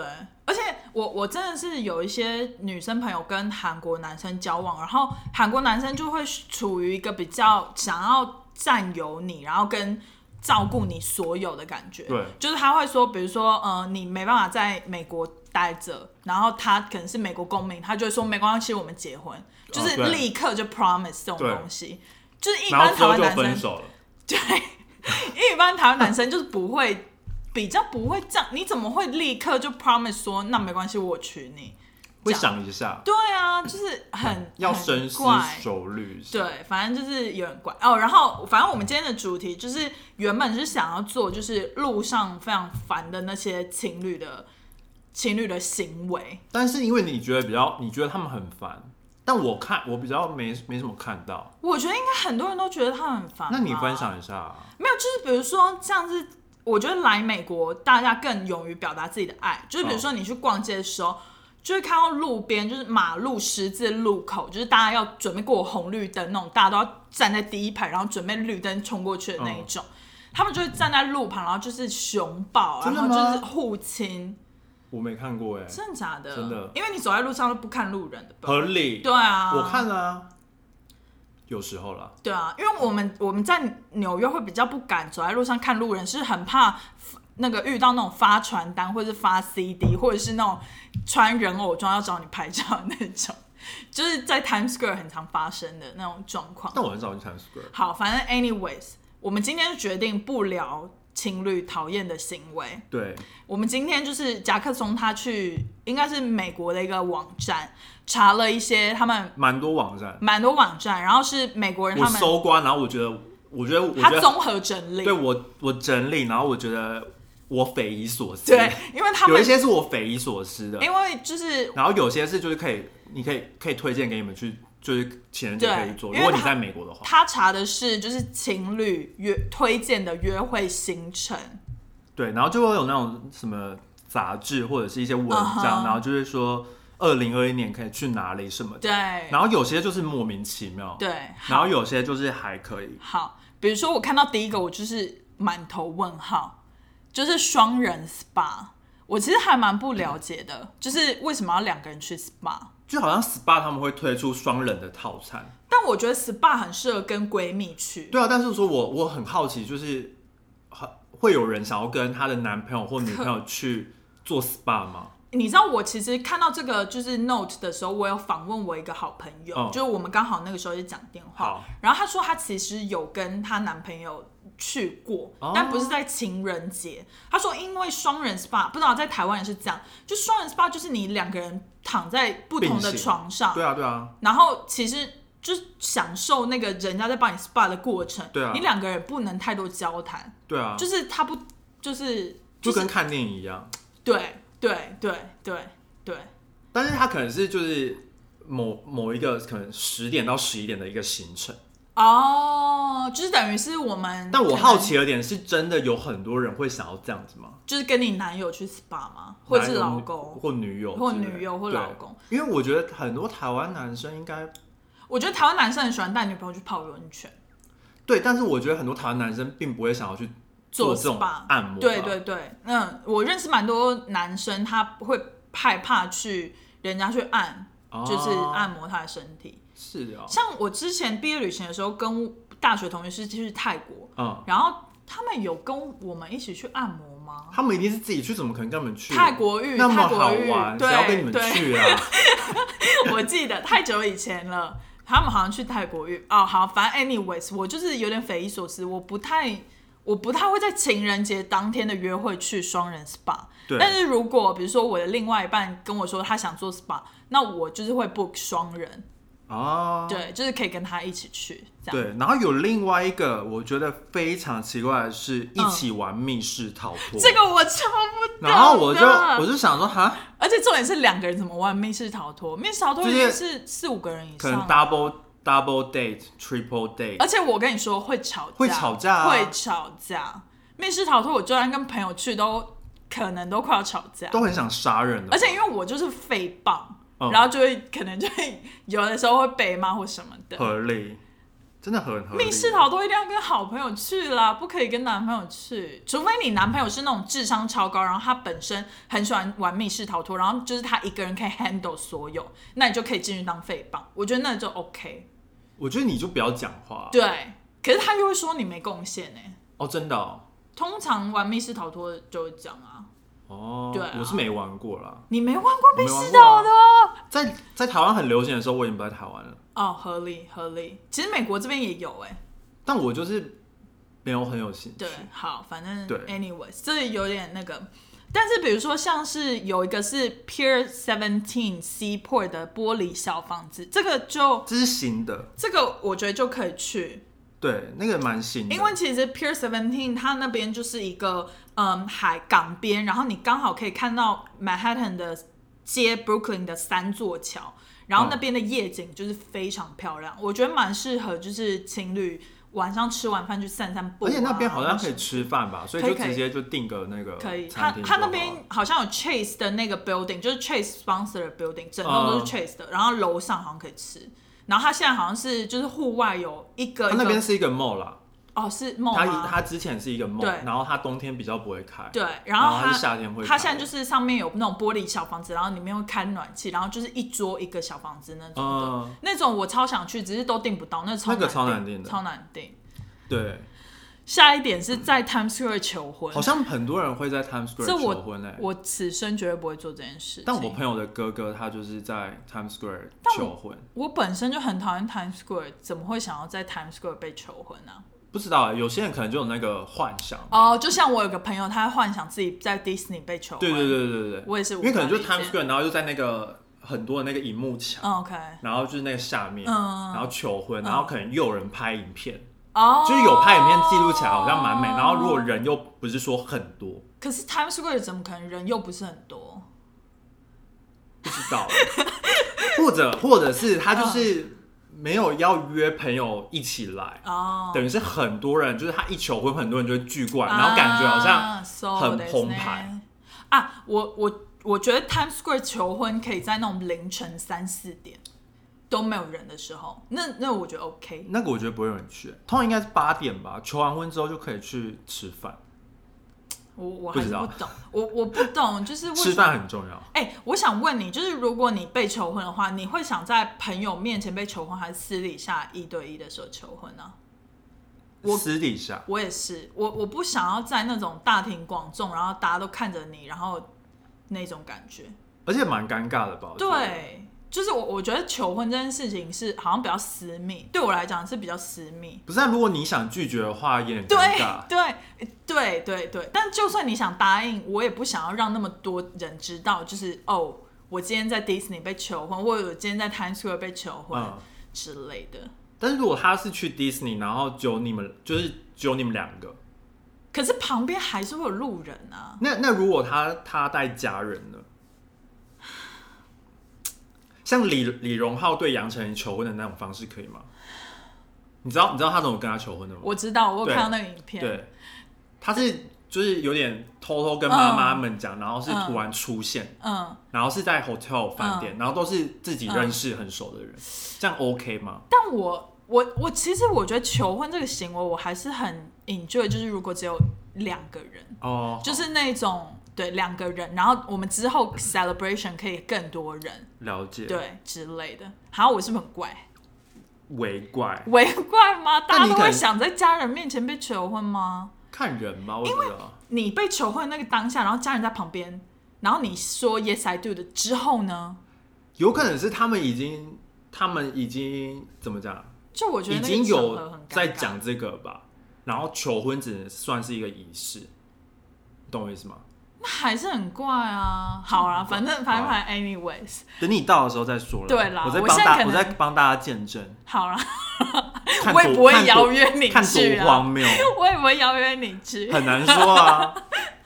而且我我真的是有一些女生朋友跟韩国男生交往，然后韩国男生就会处于一个比较想要占有你，然后跟照顾你所有的感觉。对，就是他会说，比如说，呃，你没办法在美国待着，然后他可能是美国公民，他就会说没关系，我们结婚，就是哦对立刻就 promise 这种对东西，就是一然后般之台后湾就男分生手了。 一般台湾男生就是不会，比较不会这样。你怎么会立刻就 promise 说那没关系，我娶你？会这样想一下，对啊，就是很要很深思怪熟虑一下。对，反正就是有点怪哦。然后，反正我们今天的主题就是原本是想要做，就是路上非常烦的那些情侣的情侣的行为。但是因为你觉得比较，你觉得他们很烦，但我看我比较没没什么看到。我觉得应该很多人都觉得他很烦吧。那你分享一下啊，没有，就是比如说像是，我觉得来美国大家更勇于表达自己的爱，就是嗯比如说你去逛街的时候。就会看到路边，就是马路十字路口，就是大家要准备过红绿灯那种，大家都要站在第一排，然后准备绿灯冲过去的嗯那一种。他们就会站在路旁，然后就是熊抱，真然的后吗就是互亲，我没看过哎、真的假的？真的因为你走在路上都不看路人的吧？合理。对啊，我看了啊，有时候啦，对啊，因为我们我们在纽约会比较不敢走在路上看路人，是很怕那个遇到那种发传单或者是发 CD，或者是那种穿人偶装要找你拍照的那种， 就是在 Times Square 很常发生的那种状况。但我很少去 Times Square。好，反正 anyways，我们今天就决定不聊情侣讨厌的行为。对，我们今天就是夹克松他去应该是美国的一个网站查了一些他们蛮多网站，蛮多网站，然后是美国人我他们。搜刮，然后我觉得，我觉得，我觉他得，综合整理，对我我整理，然后我觉得我匪夷所 思。对，因为他嗯有们一些是我匪夷所思的，因为就是然后有些是就是可以，你可以可以推荐给你们去，就是情人节可以做。对如因果你为它在美国的话，他查的是就是情侣约推荐的约会行程，对，然后就会有那种什么杂志或者是一些文章嗯哼然后就是说二零二一年可以去哪里什么的。对然后有些就是莫名其妙，对，然后有些就是还可以。好，比如说我看到第一个我就是满头问号，就是双人 SPA，我其实还蛮不了解的，就是为什么要两个人去 SPA？就好像 SPA 他们会推出双人的套餐，但我觉得 SPA 很适合跟闺蜜去，对啊，但是说我我很好奇，就是很会有人想要跟她的男朋友或女朋友去做 SPA 吗？你知道我其实看到这个就是 note 的时候，我有访问我一个好朋友，嗯就是我们刚好那个时候就讲电话好，然后她说她其实有跟她男朋友去过，哦但不是在情人节。她说因为双人 SPA 不知道在台湾也是这样，就双人 SPA 就是你两个人躺在不同的并行床上，对啊，对啊，然后其实就是享受那个人家在帮你 SPA 的过程，对啊你两个人不能太多交谈，对啊，就是他不就是就就是跟看电影一样。对对对对对。但是他可能是就是某某一个可能十点到十一点的一个行程。嗯哦，就是等于是我们，但我好，奇了点，是真的有很多人会想要这样子吗？就是跟你男友去 SPA 吗？或者是老公？或女友之类或的女友或老公，对因为我觉得很多台湾男生应该我觉得台湾男生很喜欢带女朋友去泡温泉，对，但是我觉得很多台湾男生并不会想要去做这种 SPA 按摩吧，对对对，嗯，我认识蛮多男生，他会害怕去人家去按，哦，就是按摩他的身体。是的哦，像我之前毕业旅行的时候，跟大学同学是去泰国，嗯，然后他们有跟我们一起去按摩吗？他们一定是自己去，怎么可能跟我们去？泰国浴，那么泰好国浴玩，，谁要跟对你们对，去 啊？我记得太久以前了，他们好像去泰国浴哦。好，反正 anyways，我就是有点匪夷所思，我不太。我不太会在情人节当天的约会去双人 SPA，对但是如果比如说我的另外一半跟我说他想做 SPA，那我就是会 book 双人，啊，对，就是可以跟他一起去这样。对，然后有另外一个我觉得非常奇怪的是，一起玩密室逃脱。这个啊我超不懂的。然后我就我就想说，哈，而且重点是两个人怎么玩密室逃脱？密室逃脱就一是定是四五个人以可能上，啊 double double date triple date，而且我跟你说会吵架，会吵架啊会吵架。密室逃脱，我就算跟朋友去都可能都快要吵架，都很想杀人哦的而。且因为我就是废棒，嗯然后就会可能就会有的时候会被骂或什么的。合理，真的很合理。密室逃脱一定要跟好朋友去啦，不可以跟男朋友去，除非你男朋友是那种智商超高，然后他本身很喜欢玩密室逃脱，然后就是他一个人可以 handle 所有，那你就可以进去当废棒，我觉得那就 OK。我觉得你就不要讲话。对，可是他又会说你没贡献欸呢。哦，真的哦。通常玩密室逃脱就会讲啊，哦，对啊我是没玩过啦。你没玩过密我没玩室过逃啊脱。在在台湾很流行的时候，我已经不在台湾了，哦，合理合理。其实美国这边也有哎、但我就是没有很有兴趣。对，好，反正对 anyways，这有点那个。但是比如说像是有一个是 Pier Seventeen Seaport 的玻璃小房子，这个就这是新的，这个我觉得就可以去，对，那个蛮新的。因为其实 Pier Seventeen 它那边就是一个嗯海港边，然后你刚好可以看到 Manhattan 的接 Brooklyn 的三座桥，嗯然后那边的夜景就是非常漂亮，我觉得蛮适合就是情侣晚上吃完饭去散散步、啊，而且那边好像或可是以吃饭吧，所以可以就可以直接就订个那个可以，他餐厅就他好那边好像有 Chase 的那个 building，就是 Chase sponsor 的 building，整栋嗯都是 Chase 的，然后楼上好像可以吃。然后他现在好像是就是户外有一个他一那边个是一个 mall 啦，哦是梦他吗？他之前是一个 mall，对然后他冬天比较不会开，对，然后哦它他是夏天会开，他现在就是上面有那种玻璃小房子，然后里面会开暖气，然后就是一桌一个小房子那种的，嗯，那种我超想去，只是都订不到，那超那个超难难订的超难订。对，下一点是在 Times Square 求婚，好像很多人会在 Times Square 这我求婚诶、欸我此生绝对不会做这件事情。但我朋友的哥哥他就是在 Times Square 但我求婚，我本身就很讨厌 Times Square，怎么会想要在 Times Square 被求婚呢、不知道、欸、有些人可能就有那个幻想，哦、就像我有个朋友，他幻想自己在 Disney 被求婚。对对对对对对，我也是无法因为可能就理解 Times Square，然后就在那个很多的那个荧幕墙，嗯，OK，然后就是那个下面，嗯然后求婚，然后可能又有人拍影片。哦、就是有拍影片记录起来好像蛮美，然后如果，人又不是说很多，可是 Times Square 怎么可能人又不是很多？不知 道，或者或者是他嗯就是没有要约朋友一起来，哦、等于是很多人，就是他一求婚，很多人就会聚过来，啊然后感觉好像 so 很 that's 澎湃 nice 啊！我我我觉得 Times Square 求婚可以在那种凌晨三四点都没有人的时候，那那我觉得 OK。那个我觉得不会有人去，通常应该是八点吧，求完婚之后就可以去吃饭，我我不还知是道不懂，我我不懂，就是为什吃么？饭很重要。哎、我想问你，就是如果你被求婚的话，你会想在朋友面前被求婚，还是私底下一对一的时候求婚呢、我私底下我也是，我我不想要在那种大庭广众，然后大家都看着你，然后那种感觉。而且蛮尴尬的吧？我觉得，对，就是我我觉得求婚这件事情是好像比较私密，对我来讲是比较私密。不是啊，如果你想拒绝的话，也很对 尴尬。对对对对，但就算你想答应，我也不想要让那么多人知道，就是哦，我今天在 Disney 被求婚，或者我今天在 Times Square 被求婚、嗯，之类的。但是如果他是去 Disney，然后只有你们，就是只有你们两个，可是旁边还是会有路人啊，那那如果他他带家人呢？像李李荣浩对杨丞琳求婚的那种方式可以吗？你知道你知道他怎么跟他求婚的吗？我知道，我有对看到那个影片，对，他是就是有点偷偷跟妈妈们讲，然后是突然出现，嗯，然后是在 hotel 饭店，然后都是自己认识很熟的人，这样 OK 吗？但我我我其实我觉得求婚这个行为我还是很 enjoy，就是如果只有两个人，哦，就是那种对两个人，然后我们之后 celebration 可以更多人，了解，，对之类的。好，我是不是很怪？ 围怪为怪吗？大但家你都可会能想在家人面前被求婚吗？看人吧，我觉得。你被求婚那个当下，然后家人在旁边，然后你说 yes I do 的之后呢？有可能是他们已经，他们已经怎么讲，就我觉得那已个经场合有很尴尬在讲这个吧。然后求婚只能算是一个仪式，懂我意思吗？那还是很怪啊。好啊，反正反正好反正 anyways，等你到的时候再说了。对啦我在我帮现在大，可我能在帮大家见证，好啦，看我也多不会看多邀约你看去多啊荒谬，我也不会邀约你去。很难说啊。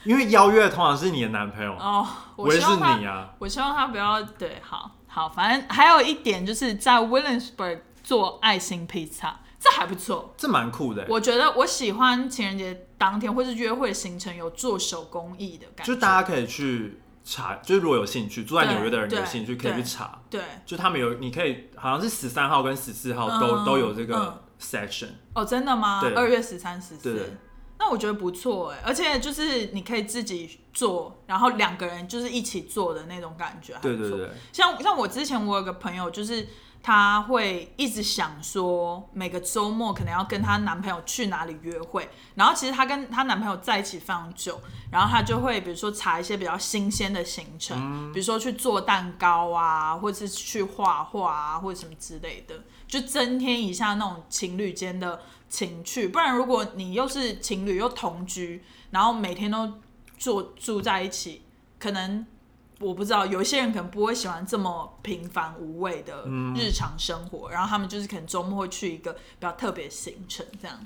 因为邀约的通常是你的男朋友，哦，不会希是望他你啊。我希望他不要对，好好，反正还有一点就是在 Williamsburg 做爱心披萨，这还不错。这蛮酷的欸，我觉得我喜欢情人节当天或是约会行程有做手工艺的感觉，就大家可以去查，就是如果有兴趣，住在对纽约的人有对兴趣可以对去查。对就他们有，你可以好像是十三号跟十四号都、嗯都有这嗯个 session，哦，真的吗对？二月十三、十对四，那我觉得不错哎，而且就是你可以自己做，然后两个人就是一起做的那种感觉，对对。对，像像我之前我有个朋友，就是她会一直想说每个周末可能要跟她男朋友去哪里约会，然后其实她跟她男朋友在一起非常久，然后她就会比如说查一些比较新鲜的行程，比如说去做蛋糕啊，或者是去画画啊，或者什么之类的，就增添一下那种情侣间的情趣。不然如果你又是情侣又同居，然后每天都住住在一起，可能我不知道，有一些人可能不会喜欢这么平凡无味的嗯日常生活，然后他们就是可能周末会去一个比较特别的行程，这样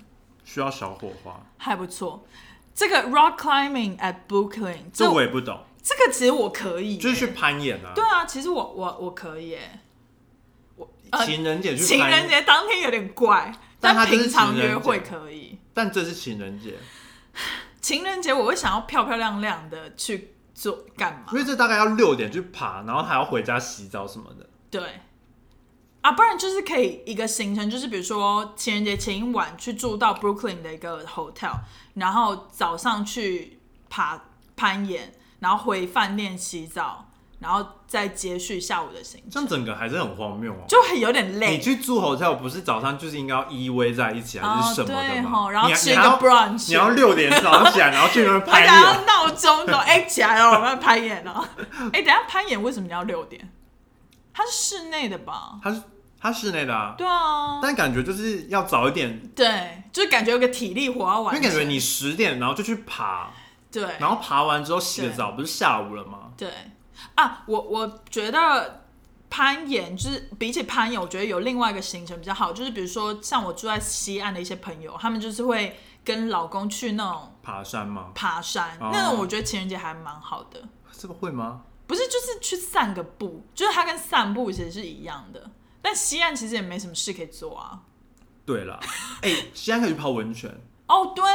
需要小火花，还不错。这个 rock climbing at Brooklyn，这这我也不懂，这个其实我可以耶、就是去攀岩啊对，啊，其实我我我可以耶、呃情人节去情攀人岩，节当天有点怪，但它就是平常情人约会节可以。但这是情人节，情人节我会想要漂漂亮亮的去做干嘛因？为这大概要六点去爬，然后还要回家洗澡什么的。对，啊，不然就是可以一个行程，就是比如说情人节前一晚去住到 Brooklyn 的一个 hotel，然后早上去爬攀岩，然后回饭店洗澡，然后再接续下午的行程，这样整个还是很荒谬哦。就很有点你累。去住 hotel 不是早上就是应该要依偎在一起还哦是什么对的吗？吼然后你还吃一你个还要 brunch 你要六点早上起来，然后去那边 我攀想要岩，闹钟都哎、起来了，我们要攀岩了。哎、等一下攀岩为什么要六点？它是室内的吧？它是它室内的啊，对啊，但感觉就是要早一点，对，就是感觉有个体力活要因完成。为感觉你十点然后就去爬，对，然后爬完之后洗个哎对澡，不是下午了吗？对啊，我我觉得攀岩就是比起攀岩，我觉得有另外一个行程比较好，就是比如说像我住在西岸的一些朋友，他们就是会跟老公去那种爬山吗？爬山，哦那种我觉得情人节还蛮好的，这个会吗？不是就是去散个步，就是它跟散步其实是一样的。但西岸其实也没什么事可以做啊。对 啦，哎、西安可以去泡温泉，哦，对，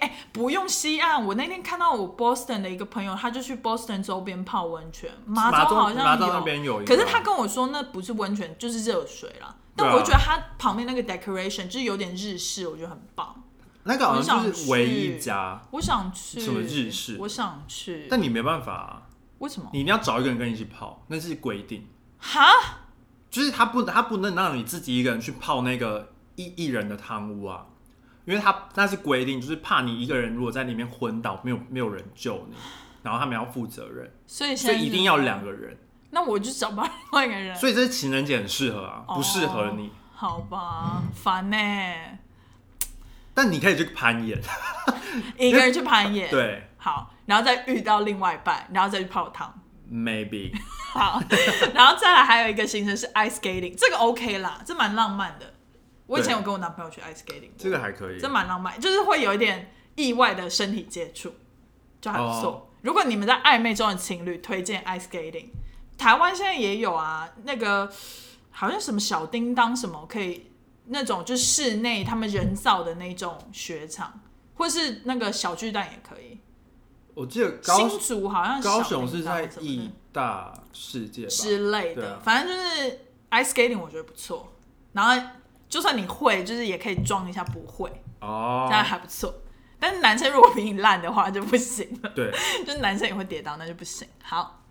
哎，不用西岸。我那天看到我 Boston 的一个朋友，他就去 Boston 周边泡温泉，麻麻州州好像麻州那边有一个可是他跟我说那不是温泉，就是热水啦。对啊但我就觉得它旁边那个 decoration 就是有点日式，我觉得很棒。那个好像就我想是去唯一一家，我想去什么日式我想去，但你没办法、啊，为什么？你一定要找一个人跟你一起泡，那是规定。哈，就是他不他不能让你自己一个人去泡那个一一人的汤屋啊，因为他那是规定，就是怕你一个人如果在里面昏倒，没有没有人救你，然后他们要负责任，所以现所在以一定是要。两个人，那我就找不到另外一个人，所以这是情人节很适合啊，哦不适合你，好吧，烦呢、但你可以去攀岩，一个人去攀岩，，对好，然后再遇到另外一半，然后再去泡汤。 ，maybe 好， 然后再来还有一个行程是 ice skating，这个 OK 啦，这蛮浪漫的。我以前对有跟我男朋友去 ice skating，过这个还可以这，蛮浪漫，就是会有一点意外的身体接触，就还不错。哦如果你们在暧昧中的情侣，推荐 ice skating。台湾现在也有啊，那个好像什么小叮当什么可以那种，就室内他们人造的那种雪场，或是那个小巨蛋也可以。我记得高新竹好像高小雄是叮当在什么的义大世界吧，之类对的，啊反正就是 ice skating 我觉得不错，然后就算你会，就是也可以装一下不会，哦这，样还不错。但是男生如果比你烂的话就不行了， 对，就是男生也会跌倒，那就不行。好，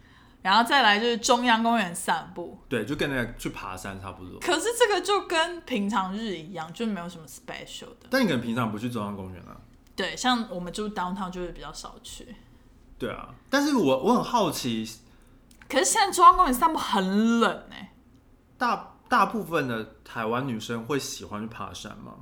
然后再来就是中央公园散步，对，就跟那个去爬山差不多，可是这个就跟平常日一样，就没有什么 special 的。但你可能平常不去中央公园啊。对，像我们住 downtown 就是比较少去，对啊，但是我我很好奇，可是现在中央公园散步很冷哎、大大部分的台湾女生会喜欢去爬山吗？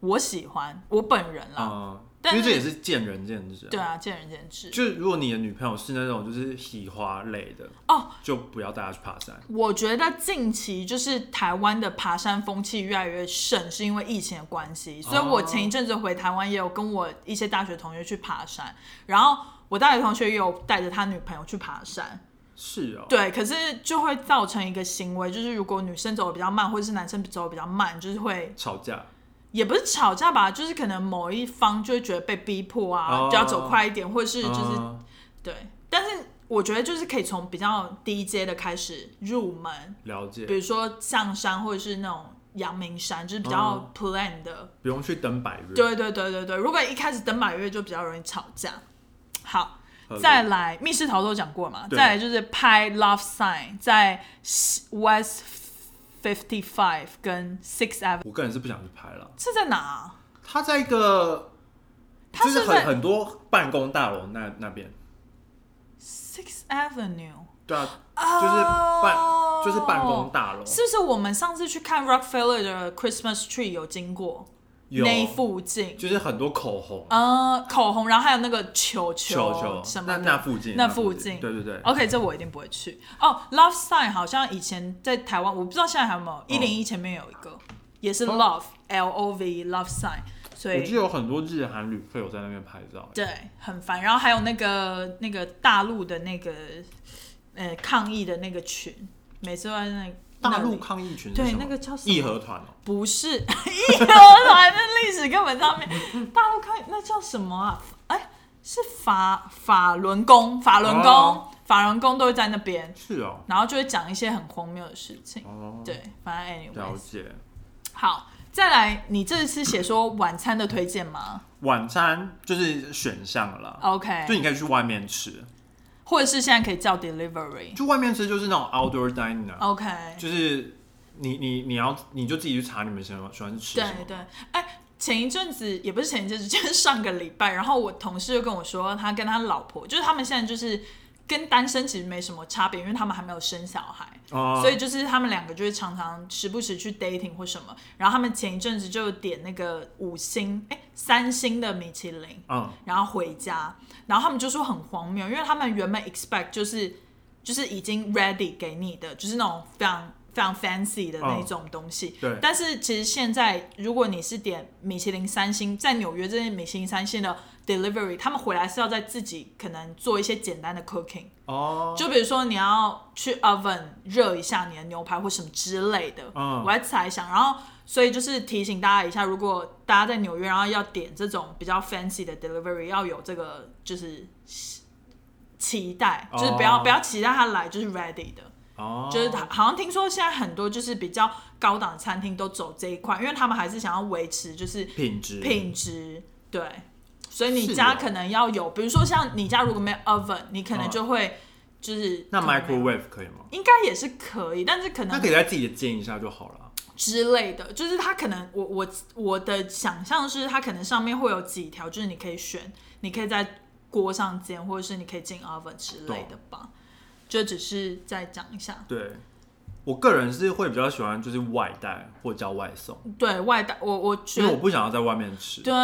我喜欢我本人啦，嗯，因但为这也是是见仁见智、啊。对，啊，见仁见智。就如果你的女朋友是那种就是喜花类的，哦，就不要带她去爬山。我觉得近期就是台湾的爬山风气越来越盛，是因为疫情的关系。所以我前一阵子回台湾，也有跟我一些大学同学去爬山，然后我大学同学也有带着他女朋友去爬山。是哦，对，可是就会造成一个行为，就是如果女生走的比较慢，或者是男生走的比较慢，就是会吵架也不是吵架吧，就是可能某一方就会觉得被逼迫啊，哦就要走快一点，或者是就是嗯对。但是我觉得就是可以从比较低阶的开始入门，了解比如说象山或者是那种阳明山，就是比较哦 plan 的。不用去登百日。对对对对对，如果一开始登满月就比较容易吵架。好，合理，再来密室逃脱讲过嘛，对再来就是拍 Love Sign 在 West Fifty Five 跟 Six Avenue 我个人是不想去拍了。是在哪啊？他在一个，它就是是在很很多办公大楼那那边， Six Avenue，对啊，就是办、哦就是办公大楼是不是我们上次去看 Rockefeller 的 Christmas Tree 有经过有那附近？就是很多口红、呃，口红，然后还有那个球球球什么那的那附近那附附近哦对对对， OK，这我一定不会去。哦、l o v e Sign 好像以前在台湾，我不知道现在还有哦没有。一零一前面有一个，也是 Love、L O V Love Sign，所我记以得有很多日韩旅客有在那边拍照，对很烦。然后还有那个那个大陆的那个呃抗议的那个群，每次都在那大那陆里抗议群是对什么那个叫什么义和团哦，不是义和团的历史课本上面，大陆看那叫什么啊？哎，是法法轮功，法轮功，哦法轮功都会在那边，是哦，然后就会讲一些很荒谬的事情。哦，对，反正了 anyways，解。好，再来，你这次写说晚餐的推荐吗晚餐就是选项了哦啦，就？OK，你可以去外面吃，或者是现在可以叫 delivery。去外面吃就是那种 outdoor dining，、啊 OK，就是你你你要你就自己去查你们喜欢喜欢吃什么对，对，哎，前一阵子也不是前一阵子， 就是上个礼拜，然后我同事就跟我说，他跟他老婆，就是他们现在就是跟单身其实没什么差别，因为他们还没有生小孩，哦所以就是他们两个就是常常时不时去 dating 或什么，然后他们前一阵子就点那个五星哎三星的米其林，嗯，然后回家，然后他们就说很荒谬，因为他们原本 expect 就是就是已经 ready 给你的，就是那种非常非常 fancy 的那种东西。对但是其实现在如果你是点米其林三星，在纽约这些米其林三星的 delivery，他们回来是要在自己可能做一些简单的 cooking。哦，就比如说你要去 oven 热一下你的牛排或什么之类的，嗯我在猜想。然后，所以就是提醒大家一下，如果大家在纽约，然后要点这种比较 fancy 的 delivery，要有这个就是期待，哦就是不要、不要期待他来就是 ready 的。哦，就是他好像听说现在很多就是比较高档的餐厅都走这一块，因为他们还是想要维持就是品质品质，对。所以你是家哦可能要有，比如说像你家如果没有 oven，你可能嗯就会就是那可能没有 microwave 可以吗？应该也是可以，但是可那能可以在自己的煎一下就好了。之类的，就是它可能我我我的想象是它可能上面会有几条，就是你可以选，你可以在锅上煎，或者是你可以进 oven 之类的吧。就只是再讲一下，对，我个人是会比较喜欢就是外带或叫外送，对外带，我我觉因为我得不想要在外面吃。对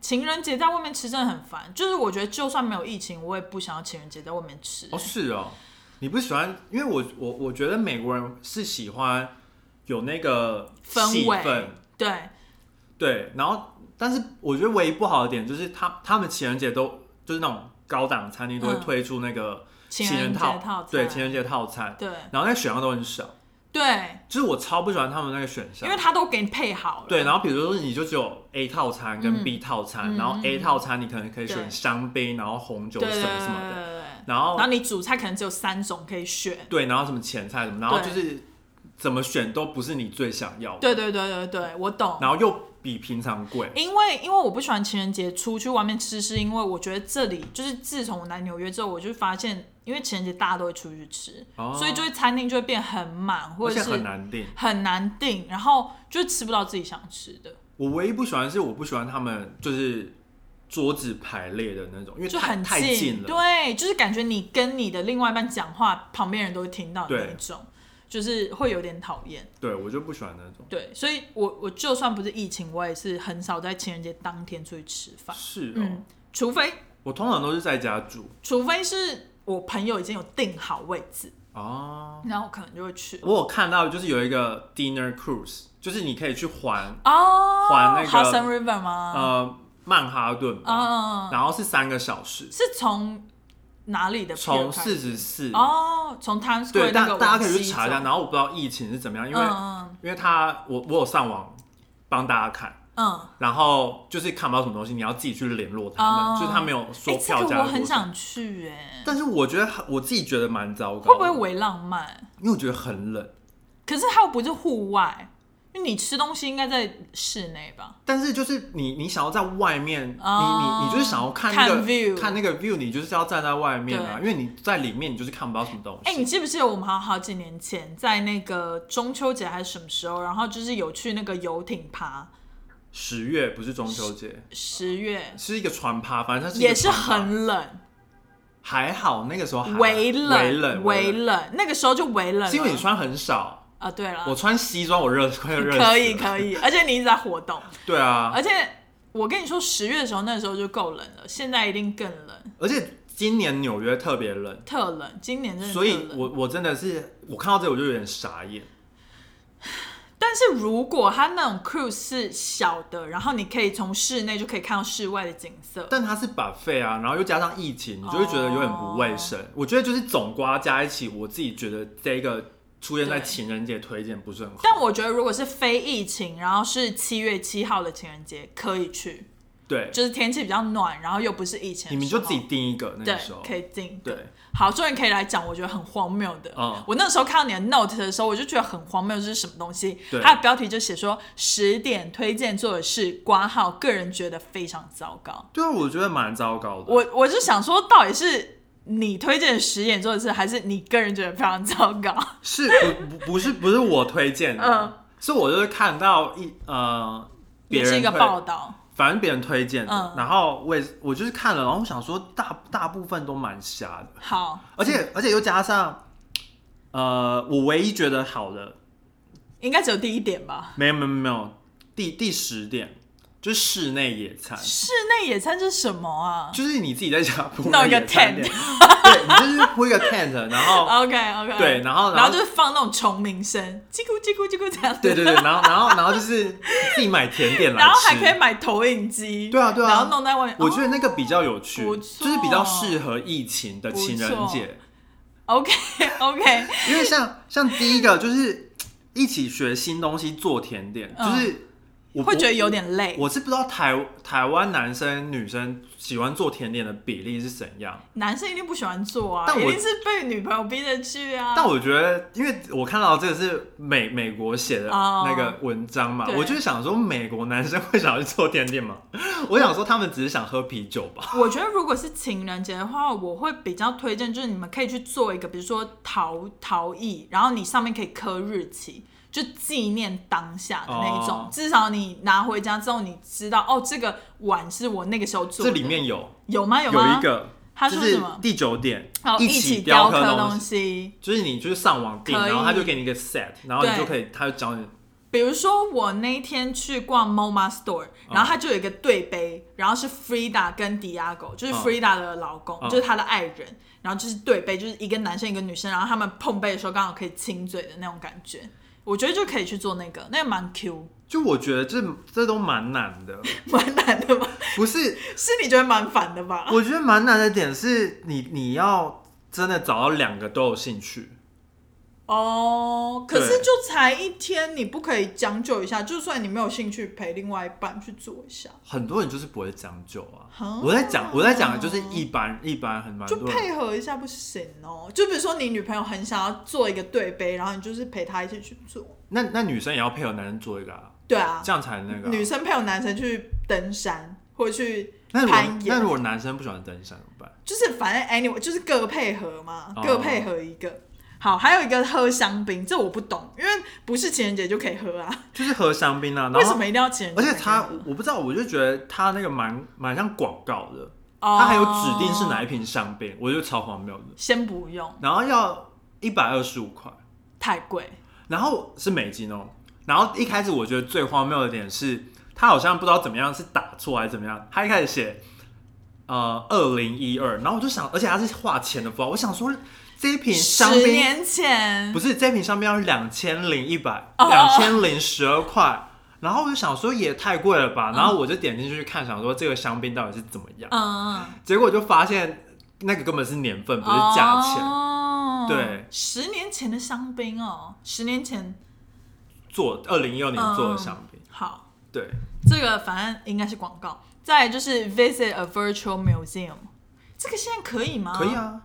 情人节在外面吃真的很烦，就是我觉得就算没有疫情，我也不想要情人节在外面吃。哦，是哦，你不喜欢？因为我我我觉得美国人是喜欢有那个氛气围氛，对，对。然后，但是我觉得唯一不好的点就是他他们情人节都就是那种高档餐厅都会嗯推出那个情情人节套，套餐对情人节套餐，对然后那选项都很少，对，就是我超不喜欢他们那个选项，因为他都给你配好了，啊对，然后比如说你就只有 A 套餐嗯跟 B 套餐，然后 A 套餐你可能可以对选香槟，然后红酒对什对对对对么什么的，哦对。然后然后你主菜可能只有三种可以选。对，然后什么前菜什么，然后对就是怎么选都不是你最想要的，对对对对对，我懂。然后又比平常贵，因为因为我不喜欢情人节出去外面吃，是因为我觉得这里就是自从我来纽约之后，我就发现，因为情人节大家都会出去吃，哦所以就会餐厅就会变很满，或而者且很是难定。很难订，然后就吃不到自己想吃的，我唯一不喜欢的是我不喜欢他们就是桌子排列的那种，因为就太很太近了。对，就是感觉你跟你的另外一半讲话，旁边人都会听到的那对一种，就是会有点讨厌。对，我就不喜欢那种。对，所以我我就算不是疫情，我也是很少在情人节当天出去吃饭，是哦，嗯，除非我通常都是在家住除非是我朋友已经有订好位置，哦。然后我可能就会去。我有看到就是有一个 dinner cruise，就是你可以去环哦，环那个 Hudson River 吗？呃曼哈顿吧，嗯，然后是三个小时，是从哪里的片从开四始？十四，哦，从 Times 对， Square 那大个大家往可以去西查一下。走，然后我不知道疫情是怎么样，因为、嗯因为他我我有上网帮大家看。嗯嗯，然后就是看不到什么东西，你要自己去联络他们，哦就是他没有哎、说这票个价、我很，想去哎、但是我觉得很我自己觉得蛮糟糕的，会不会为浪漫？因为我觉得很冷，可是它又不是户外，因为你吃东西应该在室内吧？但是就是你，你想要在外面，哦你你你就是想要看那看个 view 那个 view，你就是要站在外面啊，因对为你在里面你就是看不到什么东哎、西。你记不记得我们好好几年前在那个中秋节还是什么时候，然后就是有去那个游艇爬，十月不是中秋节，十月是一个船趴，反正它是一个也是船趴很冷，还好，那个时候还好微微冷冷，微冷，那个时候就微冷了。是因为你穿很少，啊，对了我，穿西装我热快要热死了可以可 以，而且你一直在活动，对啊，而且我跟你说，十月的时候那时候就够冷了，现在一定更冷，而且今年纽约特别冷，特冷，今年真的特所冷。以我我真的是我看到这我就有点傻眼。但是如果它那种 cruise 是小的，然后你可以从室内就可以看到室外的景色，但它是把费啊，然后又加上疫情，你就会觉得有点不卫生。哦我觉得就是总瓜加一起，我自己觉得这个出现在对情人节推荐不是很好。但我觉得如果是非疫情，然后是七月七号的情人节可以去，对，就是天气比较暖，然后又不是疫情的你们时就候自己定一个那对个时候。可以定一个对。好，终于可以来讲我觉得很荒谬的。嗯我那时候看到你的 note 的时候，我就觉得很荒谬，这是什么东西对？它的标题就写说十点推荐做的事，挂号，个人觉得非常糟糕。对啊，我觉得蛮糟糕的。我我就想说，到底是你推荐的十点做的事，还是你个人觉得非常糟糕？是不不不是不是我推荐的， 嗯是我就是看到一呃 别也人是一个推报道，反正别人推荐的，嗯然后我也是我就是看了，然后我想说大大部分都蛮瞎的，好，而且而且又加上，呃，我唯一觉得好的，应该只有第一点吧。没有没有没有，第第十点就是室内野餐，室内野餐是什么啊就是你自己在家铺弄一个野餐 tent 哦垫对你就是铺一个 tent，然后？OK OK，对然后然后然后就是放那种虫鸣声，叽咕叽咕叽咕这样子，对对对，然后然后然后就是自己买甜点来 吃，然后还可以买投影机，对啊对啊然后弄在外面。我觉得那个比较有趣，哦不错就是比较适合疫情的情人节，哦 OK OK，因为像像第一个就是一起学新东西做甜点，嗯就是我会觉得有点累。我是不知道台台湾男生女生喜欢做甜点的比例是怎样，男生一定不喜欢做啊，但我一定是被女朋友逼着去啊。但我觉得，因为我看到这个是美美国写的哦那个文章嘛，对我就是想说美国男生会想要去做甜点吗？ 我想说他们只是想喝啤酒吧。我觉得如果是情人节的话，我会比较推荐，就是你们可以去做一个，比如说陶陶艺，然后你上面可以刻日期，就纪念当下的那一种。哦至少你拿回家之后，你知道哦，这个碗是我那个时候做这的。里面有有吗？有有吗？一个，他就说是什么第九点好，，一起起雕刻刻东东。西。就是你就是上网订，可以然后他就给你一个 set，然后你对就可以，他就教你。比如说我那一天去逛 MoMA Store，然后嗯它就有一个对杯，然后是 Frida 跟 Diago，就是嗯 Frida 的老公，嗯就是她的爱人，然后就是对杯，就是一个男生一个女生，然后他们碰杯的时候刚好可以亲嘴的那种感觉。我觉得就可以去做那个，那个蛮 Q，就我觉得这这都蛮难的， 蛮难的吧？不是？是你觉得蛮烦的吧？我觉得蛮难的点是你你要真的找到两个都有兴趣，哦、可对是就才一天，你不可以将就一下？就算你没有兴趣陪另外一半去做一下，很多人就是不会将就啊啊。我在讲我在讲的就是一般一般很蛮就多人配合一下不行哦。就比如说你女朋友很想要做一个对杯，然后你就是陪她一起去做。那那女生也要配合男生做一个啊，对啊，这样才那个啊。女生配有男生去登山或者去那如攀果那岩如，果男生不喜欢登山怎么办？就是反正 anyway 就是各配合嘛，哦各配合一个。好，还有一个喝香槟，这我不懂，因为不是情人节就可以喝啊，就是喝香槟啊，然为什后么一定要情人节而才可以且喝？他我不知道，我就觉得他那个蛮蛮像广告的，哦他还有指定是哪一瓶香槟，我觉得超荒谬的。先不用，然后要一百二十五块，太贵。然后是美金哦。然后一开始我觉得最荒谬的点是，他好像不知道怎么样是打错还是怎么样，他一开始写呃二零一二，然后我就想，而且他是画钱的符号，我想说这一瓶香十槟年前不是这一瓶香槟要两千零一百哦两千零十二块，然后我就想说也太贵了吧，然后我就点进去看，想说这个香槟到底是怎么样，嗯，嗯结果就发现那个根本是年份，不是价钱。哦对十年前的香槟哦，十年前做二零一二年嗯做的香槟，好，对，这个反正应该是广告。再来就是 visit a virtual museum，这个现在可以吗？可以。啊。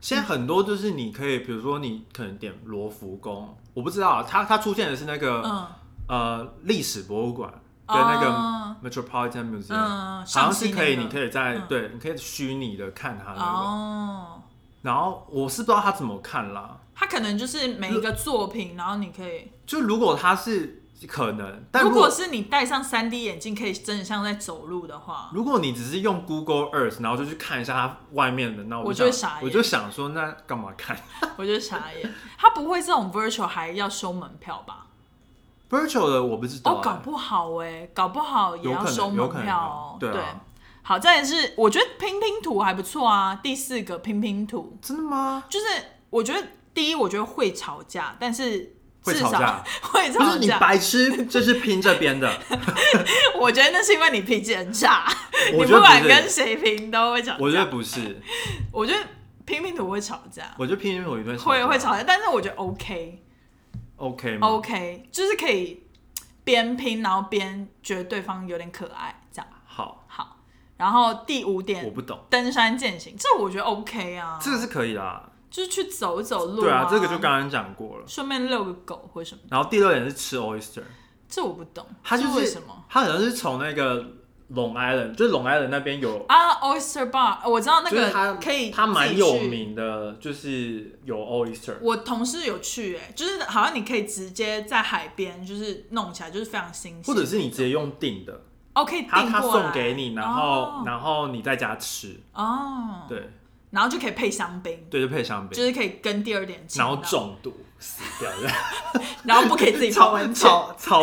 现在很多就是你可以，比如说你可能点罗浮宫，我不知道啊它它出现的是那个嗯，呃历史博物馆跟那哦个 Metropolitan Museum，、嗯好像上是西可那以，个你可以在、嗯对，你可以虚拟的看它那个。哦，然后我是不知道他怎么看啦，它可能就是每一个作品，然后你可以，就如果他是可能，但如如果果是你戴上三 D 眼镜，可以真的像在走路的话，如果你只是用 Google Earth，然后就去看一下它外面的，那我我就就会想傻眼我就想说，那干嘛看我就傻眼。它不会这种 virtual 还要收门票吧？ Virtual 的？我不知道、欸哦，搞不好哎、搞不好也有要可收能，有可门能票哦啊。对啊，好，再来是我觉得拼拼图还不错啊。第四个拼拼图，真的吗？就是我觉得第一，我觉得会吵架，但是会至吵少架 会 不吵是你架。白痴，这是拼这 边的。我觉得那是因为你脾气很差，我你觉得管不跟是，谁拼都会吵架。我觉得不是，我觉得拼拼图会吵架，我觉得拼音我一段会会吵架，哦但是我觉得 OK OK 吗 OK，就是可以边拼然后边觉得对方有点可爱这样。好，好，然后第五点，我不懂，登山健行，这我觉得 OK 啊，这个是可以的啊。就是去走一走路、对啊，这个就刚刚刚讲过了。顺便遛个狗或什么，然后第六点是吃 oyster，这我不懂，它就这为是什么？它好像是从那个 Long Island，就是 Long Island 那边有啊，Oyster Bar，我知道那就是它个可以，它蛮有。名的，就是有 oyster，我同事有去、哎，就是好像你可以直接在海边，就是弄起来，就是非常新鲜。或者是你直接用订的，哦，可以他订他过来，送给你，然后然后你在家吃，哦，对然后就可以配香槟，对，就配香就槟，是可以跟第二点亲然后到，中毒死掉，这样然后不可以自己 泡温泉，超超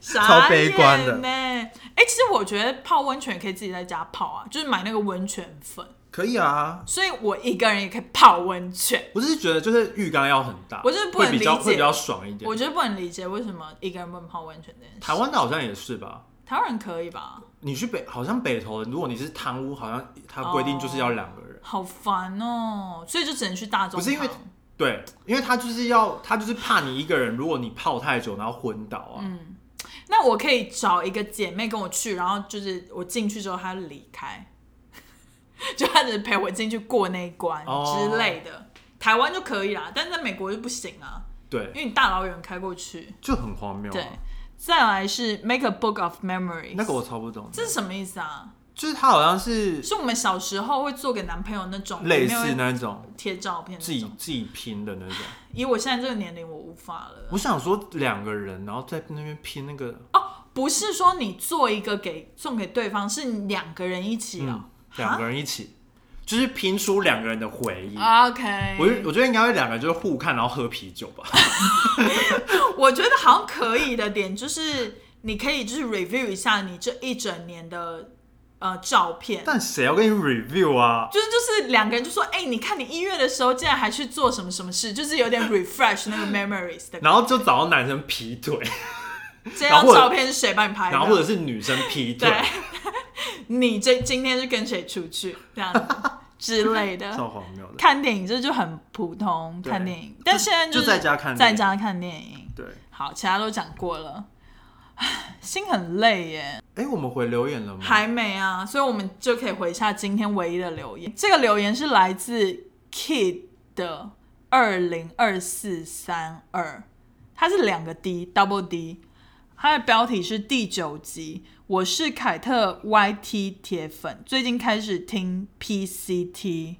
傻超悲观的眼呢、哎、其实我觉得泡温泉可以自己在家泡啊，就是买那个温泉粉， 可以啊。所以我一个人也可以泡温泉。我只是觉得就是浴缸要很大，我就是不会能比较理解会比较爽一点我。觉得不能理解为什么一个人不能泡温泉这件事。台湾的好像也是吧？台湾人可以吧？你去北好像北投，如果你是贪污，好像它规定就是要两个人。好烦哦、所以就只能去大众堂。不是因为对，因为他就是要他就是怕你一个人，如果你泡太久然后昏倒啊。嗯那我可以找一个姐妹跟我去，然后就是我进去之后她就离开， 就她只是陪我进去过那一关哦之类的。台湾就可以啦，但是在美国就不行啊，对因，为你大老远开过去。就很荒谬、啊。对，再来是 make a book of memories，那个我超不懂的，这是什么意思啊？就是他好像是是我们小时候会做给男朋友那种类我没似有那种贴照片自那己种。自己拼的那种。以我现在这个年龄，我无法了。我想说两个人，然后在那边拼那个，不是说你做一个给送给对方，是你两个人一起啊嗯。，两个人一起，就是拼出两个人的回啊忆。 OK，嗯我就我觉得应该会两个人就是互看，然后喝啤酒吧。 我觉得好像可以的点就是，你可以就是 review 一下你这一整年的呃照片，但谁要跟你 review 啊？就是就是两个人就说，哎、你看你一月的时候竟然还去做什么什么事，就是有点 refresh 那个 memories 的感觉然后就找到男生劈腿，这然张后或者照片是谁帮你拍的？然后或者是女生劈腿， 你这今天是跟谁出去这样子 之类的。超荒谬的。看电影这就很普通，对看电影，但现在就是在家看电在影家看电影。对，好，其他都讲过了，唉心很累耶，哎、我们回留言了吗？还没啊，所以我们就可以回一下今天唯一的留言。这个留言是来自 Kid 的二零二四三二，它是两个 D double D，它的标题是第九集。我是凯特 YT 铁粉，最近开始听 PCT。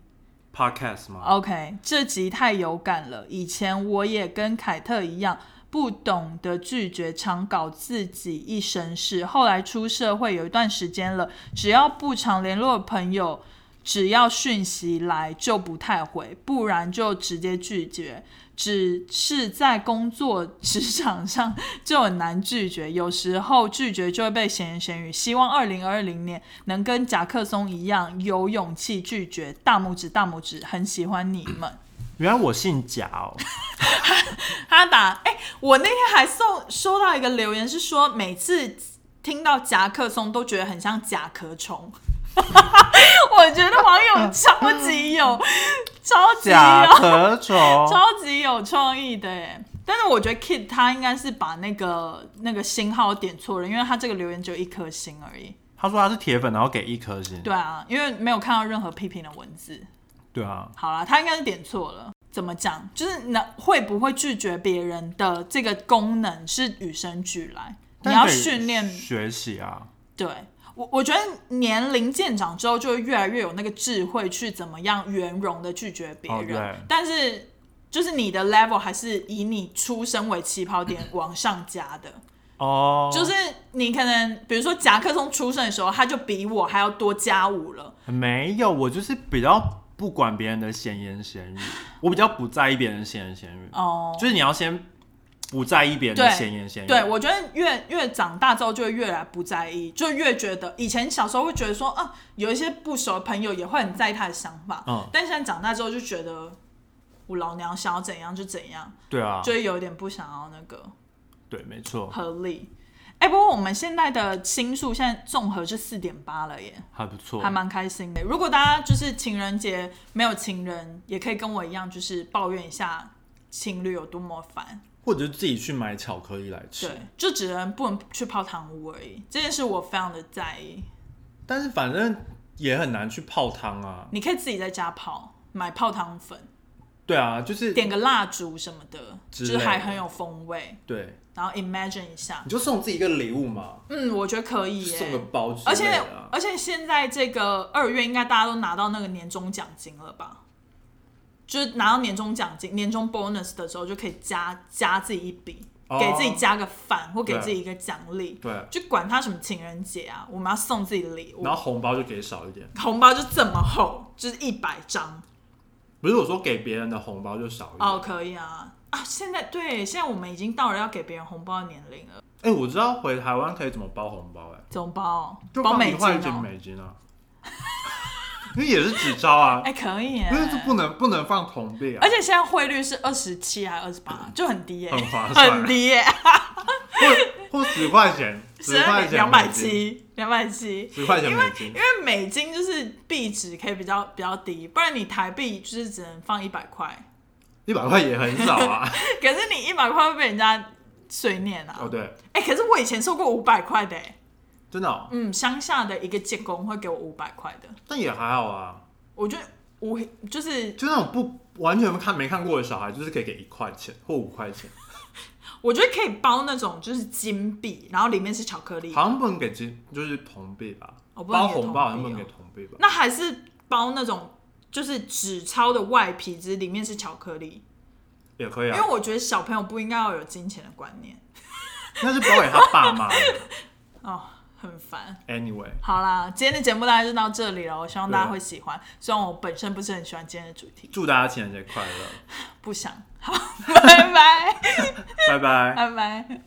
podcast 哦吗？ OK，这集太有感了。以前我也跟凯特一样，不懂得拒绝，常搞自己一身事。后来出社会有一段时间了，只要不常联络的朋友，只要讯息来就不太回，不然就直接拒绝。只是在工作职场上就很难拒绝，有时候拒绝就会被闲言闲语。希望二零二零年能跟夹克松一样有勇气拒绝，大拇指大拇指，很喜欢你们。原来我姓贾 哦。他打哎、我那天还送收到一个留言，是说每次听到夹克松都觉得很像甲壳虫。我觉得网友超级有，超级有甲壳虫，哦超级有创意的耶！但是我觉得 Kid 他应该是把那个那个星号点错了，因为他这个留言只有一颗星而已。他说他是铁粉，然后给一颗星。对啊，因为没有看到任何批评的文字。对啊，好啦，他应该是点错了。怎么讲，就是能会不会拒绝别人的这个功能是与生俱来，你但要得训练学习啊。对我，我觉得年龄渐长之后，就会越来越有那个智慧去怎么样圆融的拒绝别哦人。对但是就是你的 level 还是以你出生为起跑点往上加的，哦，就是你可能比如说夹克松出生的时候，他就比我还要多加五了。没有，我就是比较不管别人的闲言闲语，我比较不在意别人的闲言闲语，哦、就是你要先不在意别人的对闲言闲语。对，我觉得越越长大之后，就会越来不在意，就越觉得以前小时候会觉得说，啊，有一些不熟的朋友也会很在意他的想法，嗯但现在长大之后就觉得，我老娘想要怎样就怎样，对啊，就会有点不想要那个对，没错，合理。哎、不过我们现在的心数现在综合是四点八了耶，还不错还。蛮开心的。如果大家就是情人节没有情人，也可以跟我一样，就是抱怨一下情侣有多么烦。或者自己去买巧克力来吃，对，就只能不能去泡汤屋而已。这件事我非常的在意。但是反正也很难去泡汤啊。你可以自己在家泡，买泡汤粉，对啊，就是点个蜡烛什么的，之就是还类的很有风味。对，然后 imagine 一下你，就送自己一个礼物嘛，嗯，我觉得可以耶、送个包之而类且的啊、而且现在这个二月应该大家都拿到那个年终奖金了吧？就是拿到年终奖金、年终 bonus 的时候，就可以加加自己一笔，哦给自己加个饭或给对自己一个奖励，对，啊就管他什么情人节啊，我们要送自己礼物然，后红包就给少一点，红包就这么厚，就是一百张不是我说给别人的红包就少一点。哦，可以啊啊！现在对，现在我们已经到了要给别人红包的年龄了，哎、我知道回台湾可以怎么包红包、哎，怎么包？就包放美一金块钱哦，美金啊， 因为也是纸钞啊，哎、可以耶不是就不能不能放铜币啊，而且现在汇率是二十七还是二十八，就很低耶、很划算很低耶、或或十块钱，十块钱两百美金，七，两百七。十块钱美金因，为美金就是币值可以比较比较低，不然你台币就是只能放一百块， 一百块也很少啊。 可是你一百块会被人家碎念啊。哦，对，哎、可是我以前收过五百块的、欸，真的哦、嗯，乡下的一个建工会给我五百块的，但也还好啊。我觉得无就是就那种不完全看没看过的小孩，就是可以给一块钱或五块钱，我觉得可以包那种就是金币，然后里面是巧克力，好像不能给金，就是铜币吧，哦不能包给红包好铜像不币能给哦铜币吧。那还是包那种就是纸钞的外皮，只是里面是巧克力，也可以因啊为，我觉得小朋友不应该要有金钱的观念那是包给他爸妈的。 哦，很烦。 Anyway，好啦，今天的节目大概就到这里了，我希望大家对啊会喜欢。虽然我本身不是很喜欢今天的主题，祝大家情人节快乐， 不想。好，拜拜，拜拜。拜拜。